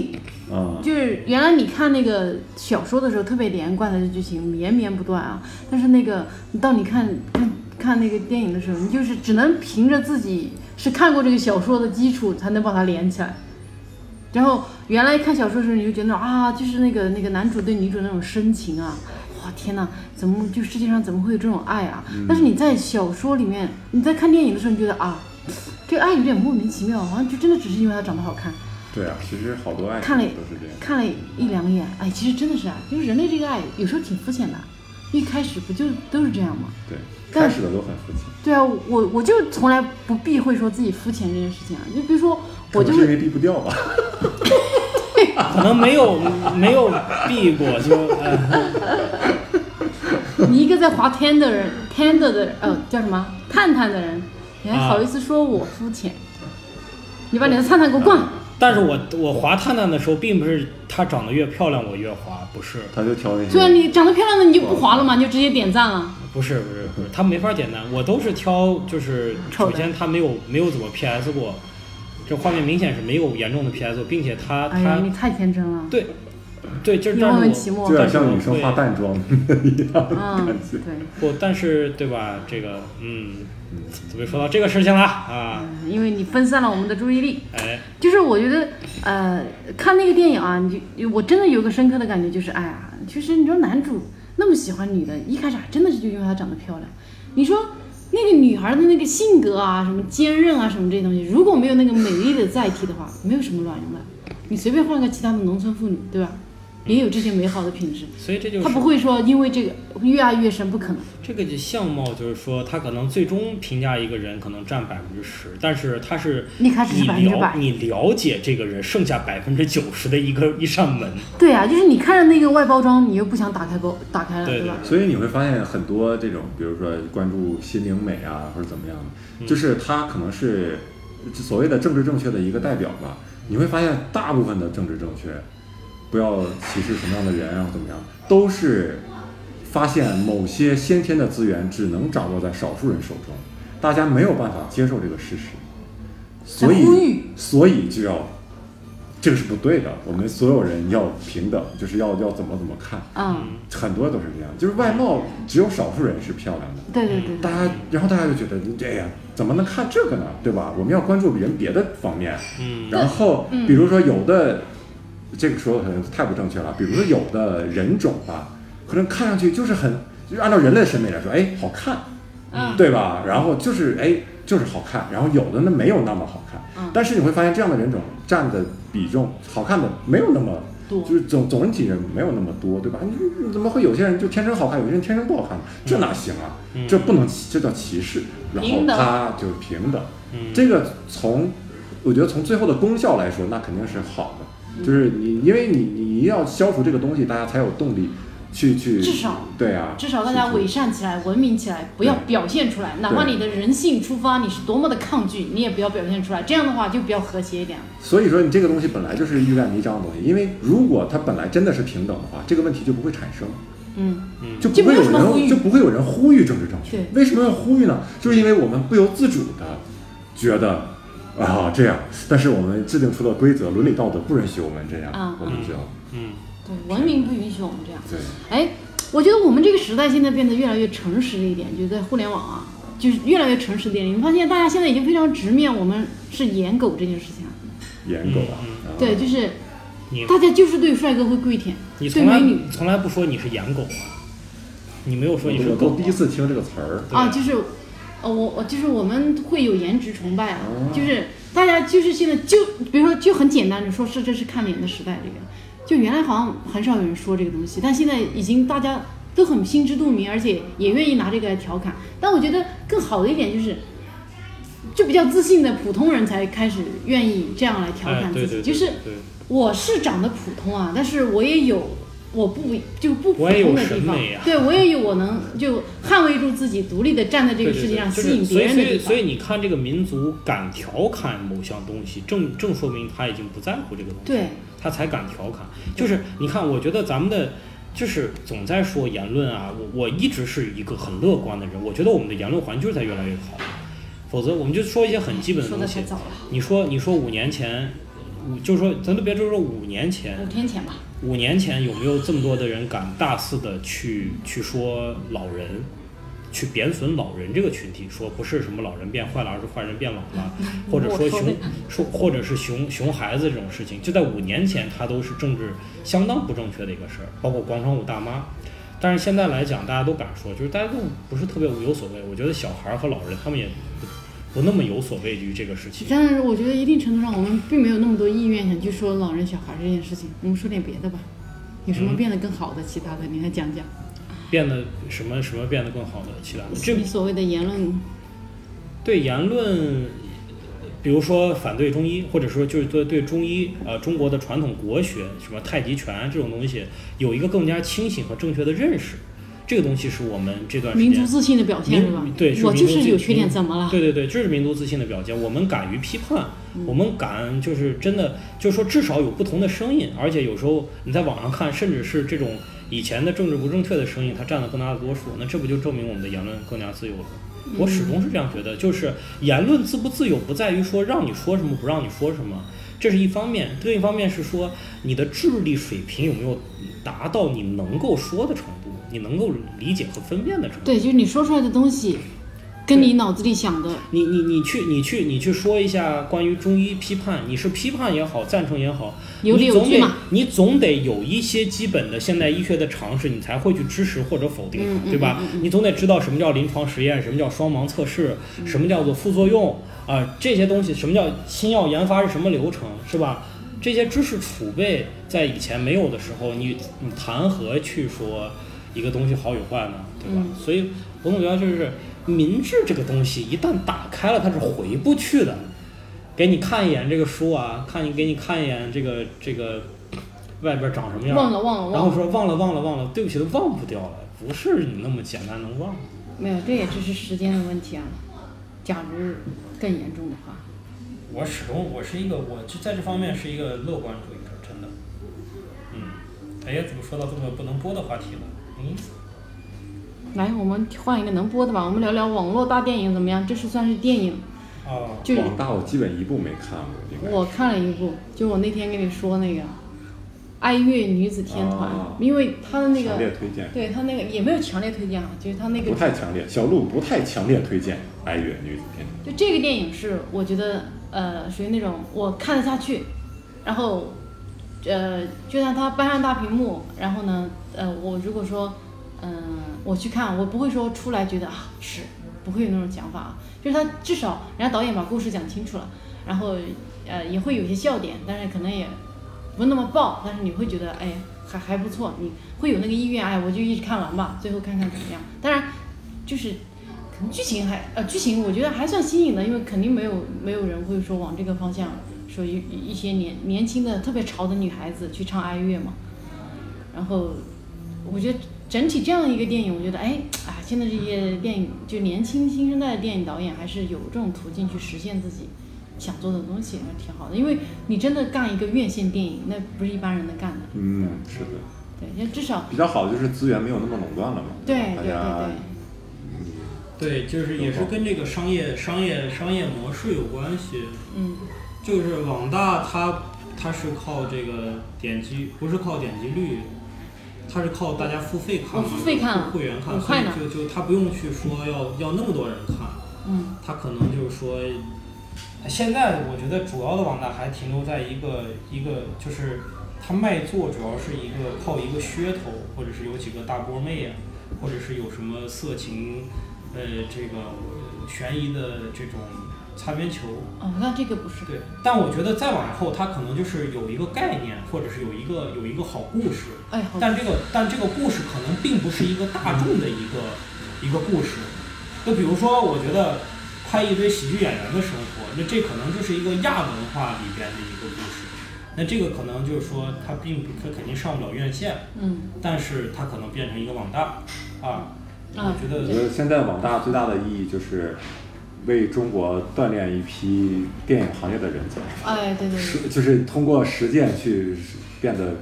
的啊，
就是原来你看那个小说的时候特别连贯的剧情绵绵不断啊，但是那个到你看看看那个电影的时候，你就是只能凭着自己是看过这个小说的基础，才能把它连起来。然后原来看小说的时候，你就觉得啊，就是那个那个男主对女主那种深情啊，哇天哪，怎么就世界上怎么会有这种爱啊？但是你在小说里面，啊你在看电影的时候，你觉得啊，这个爱有点莫名其妙，好像就真的只是因为他长得好看。
对啊，其实好多爱情
看了
都是这样。
看了一两眼，哎，其实真的是啊，就是人类这个爱有时候挺肤浅的，一开始不就都是这样吗？
对，
但
开始的都很肤浅，
对啊，我我就从来不避讳说自己肤浅这件事情啊，就比如说我
可
就
能是因
是
为避不掉吧。
可能没有没有避过，就呃，
你一个在滑 Tinder 的人，Tinder 的人，呃，叫什么探探的人，你还
啊
好意思说我肤浅？你把你的探探给我
嗯
关。
但是我我滑探探的时候，并不是她长得越漂亮我越滑，不是，
他就挑那
对啊，
些
你长得漂亮的你就不滑了嘛，你就直接点赞了。
不是，不是，不是，她没法点单，我都是挑，就是
丑的
首先她没有没有怎么 PS 过，这画面明显是没有严重的 PS 过，并且她
哎呀，
她
你太天真了。
对对，就是
你
这
问问
样
齐
子
墨
就有。点
但是
像
我
女生
会
化淡妆的一样的感
嗯，
觉。
对，
我不，但是对吧？这个嗯，怎么说到这个事情了啊？
嗯因为你分散了我们的注意力。
哎，
就是我觉得，呃，看那个电影啊，你就我真的有个深刻的感觉，就是哎呀，哎其实你说男主嗯那么喜欢女的，一开始还真的是就因为她长得漂亮。你说那个女孩的那个性格啊，什么坚韧啊，什么这些东西，如果没有那个美丽的载体的话，没有什么卵用的。你随便换个其他的农村妇女，对吧？也有这些美好的品 质，
所以这就是
她不会说因为这个越爱越深，不可能。
这个就相貌，就是说他可能最终评价一个人可能占百分之十，但是他是
一开始是
你了
100%
你了解这个人剩下百分之九十的一个一扇门，
对啊，就是你看着那个外包装，你又不想打开包打开了，
对
吧？
所以你会发现很多这种，比如说关注心灵美啊，或者怎么样的，就是它可能是所谓的政治正确的一个代表吧。你会发现大部分的政治正确，不要歧视什么样的人啊，或怎么样，都是发现某些先天的资源只能掌握在少数人手中，大家没有办法接受这个事实，所
在呼吁
以所以就要这个是不对的。我们所有人要平等，就是要要怎么怎么看。
嗯，
很多都是这样，就是外貌只有少数人是漂亮的，
对对对对
大家，然后大家就觉得，哎呀，怎么能看这个呢？对吧？我们要关注人别的方面。
嗯，
然后，比如说有的，这个说的可能太不正确了。比如说有的人种吧，可能看上去就是很，就是按照人类的审美来说，哎，好看，
嗯
对吧？然后就是哎，就是好看。然后有的呢没有那么好看，
嗯
但是你会发现这样的人种占的比重，好看的没有那么
多
就是总总体人没有那么多，对吧？你你怎么会有些人就天生好看，有些人天生不好看呢？这哪行啊？这不能这叫歧视。然后
平等
他就是平等，
嗯
这个从我觉得从最后的功效来说，那肯定是好
嗯
的。就是你，因为你你一定要消除这个东西，大家才有动力去去。
至少
对啊，
至少大家
去
伪善起来、文明起来，不要
对
表现出来。哪怕你的人性出发，你是多么的抗拒，你也不要表现出来。这样的话就比较和谐一点了。
所以说，你这个东西本来就是欲盖弥彰的东西，因为如果它本来真的是平等的话，这个问题就不会产生，
嗯，
就
就
不会有
没有什么呼吁
人就不会有人呼吁政治正确
对。
为什么要呼吁呢？就是因为我们不由自主的觉得啊这样，但是我们制定出了规则、伦理道德不允许我们这样，
啊
我们就要
嗯，
对，文明不允许我们这样。
对
哎，我觉得我们这个时代现在变得越来越诚实一点，就在互联网啊，就是越来越诚实一点。你发现大家现在已经非常直面我们是颜狗这件事情了。
严格啊。啊
对，就是
你
大家就是对帅哥会跪舔，
你
对
从来
美女
从来不说你是养狗啊，你没有说你是
我
狗
都
啊
第一次听这个词儿，
啊，就是，呃，我我就是我们会有颜值崇拜啊，
哦
就是大家就是现在就比如说就很简单的说是这是看脸的时代这个，就原来好像很少有人说这个东西，但现在已经大家都很心知肚明，而且也愿意拿这个来调侃。但我觉得更好的一点就是。就比较自信的普通人才开始愿意这样来调
哎
侃自
对
己，
对对
就是
对
我是长得普通啊，但是我也有我不就不普
我也有
通的地
审
方
美啊，
对我也有我能就捍卫住自己，独立的站在这
对
个
对
世界
对
上
就
吸
是
引别人
所以所
的地
以所以
方。
你看这个民族敢调侃某项东西，正正说明他已经不在乎这个东西。
对，
他才敢调侃。就是你看，我觉得咱们的就是总在说言论啊，我我一直是一个很乐观的人，我觉得我们的言论环境在越来越好，否则我们就说一些很基本的
说
东
的
西
太。早了，
你说你说五年前，五就是说咱都别就说五年前，
五天前吧。
五年前有没有这么多的人敢大肆的去去说老人，去贬损老人这个群体，说不是什么老人变坏了，而是坏人变老 了，或者说
我说的
熊说或者是熊熊孩子这种事情，就在五年前，它都是政治相当不正确的一个事儿，包括广场舞大妈。但是现在来讲，大家都敢说，就是大家都不是特别有所谓。我觉得小孩儿和老人他们也不不那么有所畏惧这个事情。
但是我觉得一定程度上，我们并没有那么多意愿想去说老人小孩这件事情。我们说点别的吧，有什么变得更好的？其他的你来讲讲。
变得什么什么变得更好的，其他这
你所谓的言论，
对言论，比如说反对中医，或者说就是对对中医呃中国的传统国学，什么太极拳这种东西，有一个更加清醒和正确的认识。这个东西是我们这段时间
民族自信的表现是吧
民？对，
我
民
就
族
是
自信
有
嗯
缺点，怎么了？嗯
对对对，就是民族自信的表现。我们敢于批判，我们敢就是真的，就是说至少有不同的声音，而且有时候你在网上看，甚至是这种以前的政治不正确的声音，它占了更大的多数，那这不就证明我们的言论更加自由了？
嗯
我始终是这样觉得，就是言论自不自由，不在于说让你说什么，不让你说什么。这是一方面，另一方面是说你的智力水平有没有达到你能够说的程度，你能够理解和分辨的程度。
对，就是你说出来的东西，跟你脑子里想的，
你你你去你去你去说一下关于中医批判，你是批判也好，赞成也好，
有理有据嘛
你总得你总得有一些基本的现代医学的常识，你才会去支持或者否定它，
嗯嗯
对吧、
嗯
你总得知道什么叫临床实验，什么叫双盲测试，
嗯
什么叫做副作用啊、这些东西，什么叫新药研发是什么流程，是吧？这些知识储备在以前没有的时候，你你谈何去说一个东西好与坏呢？对吧？
嗯
所以我总觉得就是民智这个东西一旦打开了，它是回不去的。给你看一眼这个书啊，看你给你看一眼这个这个外边长什么样，
忘了忘了
然后
忘了，
说忘了忘了忘了，对不起，都忘不掉了，不是你那么简单能忘。
没有，这也只是时间的问题啊。假如更严重的话，
我始终我是一个我就在这方面是一个乐观主义者，真的。嗯，哎呀，怎么说到这么不能播的话题了？嗯，
来，我们换一个能播的吧，我们聊聊网络大电影怎么样？这是算是电影，
哦，
就
广大我基本一部没看过，应该
我看了一部，就我那天跟你说那个《爱乐女子天团》
啊
因为他的那
强烈
个，
推荐，
对他那个也没有强烈推荐啊，就是他那个
不太强烈，小鹿不太强烈推荐《爱乐女子天
就这个电影是我觉得呃属于那种我看得下去，然后呃就算它搬上大屏幕，然后呢呃我如果说嗯、我去看，我不会说出来觉得啊是不会有那种想法啊，就是他至少人家导演把故事讲清楚了，然后呃也会有些笑点，但是可能也不那么爆，但是你会觉得哎还还不错，你会有那个意愿，哎我就一直看完吧，最后看看怎么样。当然就是可能剧情还呃剧情我觉得还算新颖的，因为肯定没有没有人会说往这个方向说一一些年年轻的特别潮的女孩子去唱哀乐嘛。然后我觉得整体这样一个电影，我觉得哎啊，现在这些电影就年轻新生代的电影导演还是有这种途径去实现自己想做的东西，还挺好的。因为你真的干一个院线电影，那不是一般人能干的。》。
嗯，是的，
对，那至少
比较好就是资源没有那么垄断了嘛。
对
嗯
大
对对
家
啊
对。
对，就是也是跟这个商业商业商业模式有关系。
嗯，
就是网大它它是靠这个点击，不是靠点击率，它是靠大家付费看嘛，
我哦付费看啊了
会员看，
我
所以
看了
就就它不用去说要要那么多人看，
嗯，
它可能就是说，现在我觉得主要的网大还停留在一个一个就是它卖座主要是一个靠一个噱头，或者是有几个大波妹啊，或者是有什么色情，呃，这个呃悬疑的这种擦边球。
哦，那这个不是
对，但我觉得再往后，它可能就是有一个概念，或者是有一个有一个好故事，
哎好。
但这个但这个故事可能并不是一个大众的一个一个故事。就比如说，我觉得拍一堆喜剧演员的生活，那这可能就是一个亚文化里边的一个故事。那这个可能就是说，它并不它肯定上不了院线，
嗯
但是它可能变成一个网大啊。
啊
我觉得
我觉得现在网大最大的意义就是为中国锻炼一批电影行业的人才，
哎对对对。
是就是通过实践去变得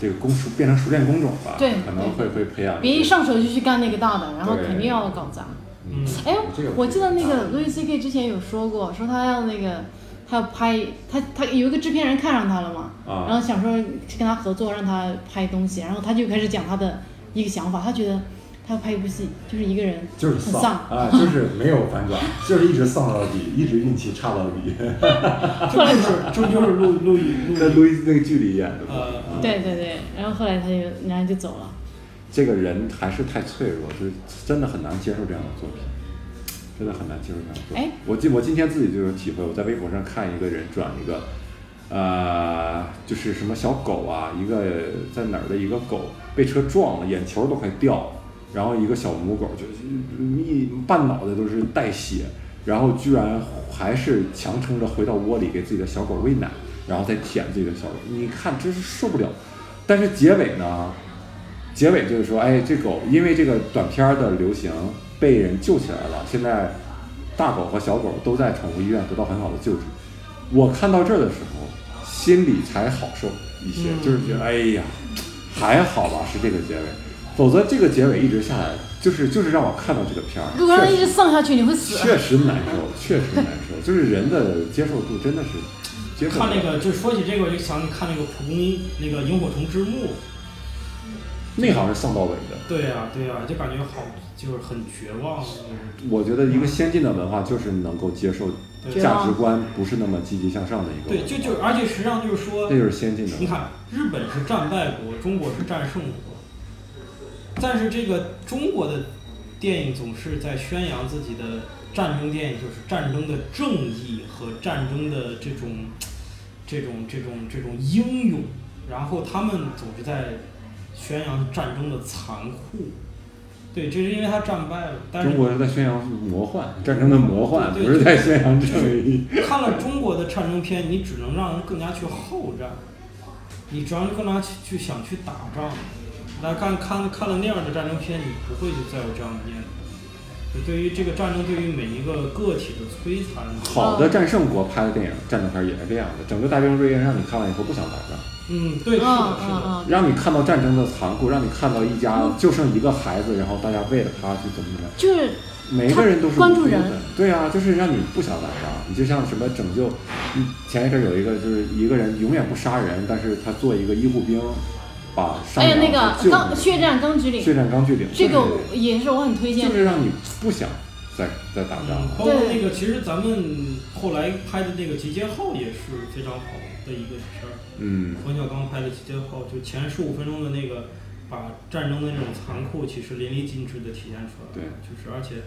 这个工熟变成熟练工种吧，
对
可能会会培养
别
一
一
些
上手就去干那个大的，然后
对
肯定要搞砸。
嗯，
哎
这个，啊
我记得那个 Louis C.K. 之前有说过，说他要那个，他要拍他他有一个制片人看上他了嘛，
啊
然后想说去跟他合作，让他拍东西，然后他就开始讲他的一个想法，他觉得他要拍一部戏，就是一个人
就是
很
丧啊，就是没有反转，就是一直丧到底，一直运气差到底，
后来
这就是路路易
跟路易斯 那个剧里演的。
呃
对对对，然后后来他就人家就走了。
这个人还是太脆弱，就是真的很难接受这样的作品。真的很难进入感受。
哎，
我今我今天自己就有体会，我在微博上看一个人转一个，呃，就是什么小狗啊，一个在哪儿的一个狗被车撞了，眼球都快掉了，然后一个小母狗就一半脑袋都是带血，然后居然还是强撑着回到窝里给自己的小狗喂奶，然后再舔自己的小狗，你看真是受不了。但是结尾呢，结尾就是说，哎，这狗因为这个短片儿的流行被人救起来了，现在大狗和小狗都在宠物医院得到很好的救治。我看到这儿的时候，心里才好受一些，
嗯
就是觉得哎呀，还好吧，是这个结尾，否则这个结尾一直下来，就是就是让我看到这个片儿，
如果让它
确
一
实
直丧下去，你会死。嗯
确实难受，确实难受，就是人的接受度真的是接受不
看
了。
那个，就是说起这个，我就想起看那个蒲公英，那个萤火虫之墓。
那好像是丧到尾的。
对呀、对呀、就感觉好，就是很绝望，就是
我觉得一个先进的文化就是能够接受
对啊
价值观不是那么积极向上的一个文化，
对，就就是，而且实际上就是说
这，就是先进的。
你看，日本是战败国，中国是战胜国，但是这个中国的电影总是在宣扬自己的战争电影，就是战争的正义和战争的这种、这种、这种、这种英勇，然后他们总是在宣扬战争的残酷。对，这是因为他战败了，但是
中国是在宣扬魔幻战争的魔幻，
对嗯
不是在宣扬正义。
看了中国的战争片，你只能让人更加去好战，你只能更加去去想去打仗。那看看看了那样的战争片，你不会再有这样的念头。对于这个战争，对于每一个个体的摧残，
好的战胜国拍的电影战争片也是这样的，整个《大兵瑞恩》让你看完以后不想打仗，
嗯，对，是的，
嗯
是
嗯
的，
嗯，
让你看到战争的残酷，让你看到一家
嗯
就剩一个孩子，然后大家为了他去怎么怎么样。
就是
每一个人都是
关注
无辜的
人，
对啊，就是让你不想打仗。你就像什么拯救，嗯前一阵有一个就是一个人永远不杀人，但是他做一个医护兵，把杀
哎呀，
人
那个钢血战钢锯
血
岭，
战钢锯岭，
这个也是我很推荐
就。是让你不想再再打仗
嗯，
了。
包括
对
那个，其实咱们后来拍的那个《集结号》也是非常好的一个片儿。
嗯，
冯小刚拍的《集结号》，就前十五分钟的那个，把战争的那种残酷其实淋漓尽致的体现出来了。
对
就是而且，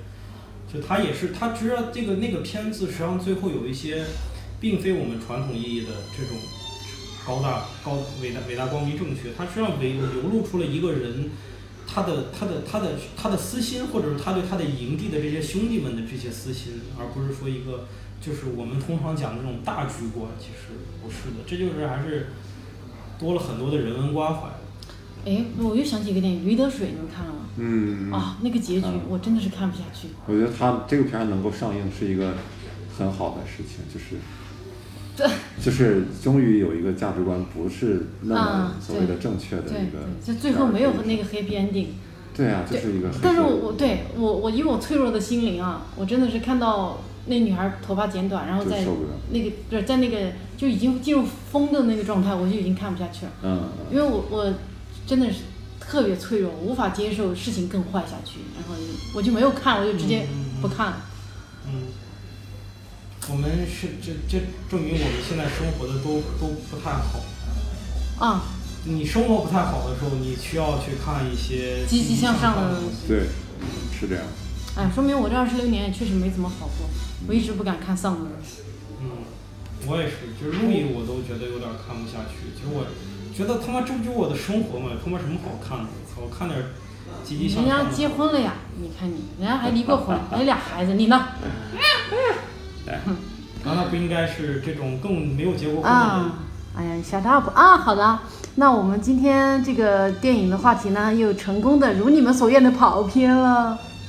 就他也是他知道这个那个片子实际上最后有一些，并非我们传统意义的这种高大高伟大伟大光明正确，他实际上流流露出了一个人。他的他的他的他的私心，或者是他对他的营地的这些兄弟们的这些私心，而不是说一个就是我们通常讲的那种大局观，其实不是的，这就是还是多了很多的人文关怀。
哎，我又想起一个电影《驴得水》，你们看了吗？
嗯，
啊，那个结局我真的是看不下去。
我觉得他这个片儿能够上映是一个很好的事情，就是。
对，
就是终于有一个价值观不是那么
啊
所谓的正确的
对
一个，
对，就最后没有那个 happy ending。
对啊，就
对
是一个很。
但是我我对我我以我脆弱的心灵啊，我真的是看到那女孩头发剪短，然后
就
在
受不了
那个不是在那个就已经进入疯的那个状态，我就已经看不下去了，
嗯，嗯
因为我我真的是特别脆弱，无法接受事情更坏下去，然后我就没有看，我就直接
嗯
不看了。
嗯，我们是这这证明我们现在生活的都都不太好。
啊，
你生活不太好的时候，你需要去看一些
积极向上的
东西。
对，是这样。
哎，说明我这二十六年也确实没怎么好过，我一直不敢看丧的。
嗯，我也是，就是
嗯
路易我都觉得有点看不下去。其实我觉得他妈这不就是我的生活嘛，有他妈什么好看的？我操，我看点积极向
人
上的。
家结婚了呀，你看你，人家还离过婚，还有俩孩子，你呢？
难啊道不应该是这种更没有结过婚的人
啊？，哎呀，shut up 啊！好的，那我们今天这个电影的话题呢，又成功的如你们所愿的跑偏了。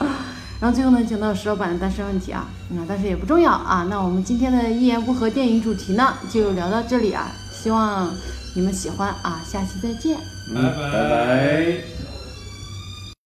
然后最后呢，讲到石老板的单身问题啊，嗯，但是也不重要啊。那我们今天的一言不合电影主题呢，就聊到这里啊，希望你们喜欢啊，下期再见。
嗯
拜拜
拜拜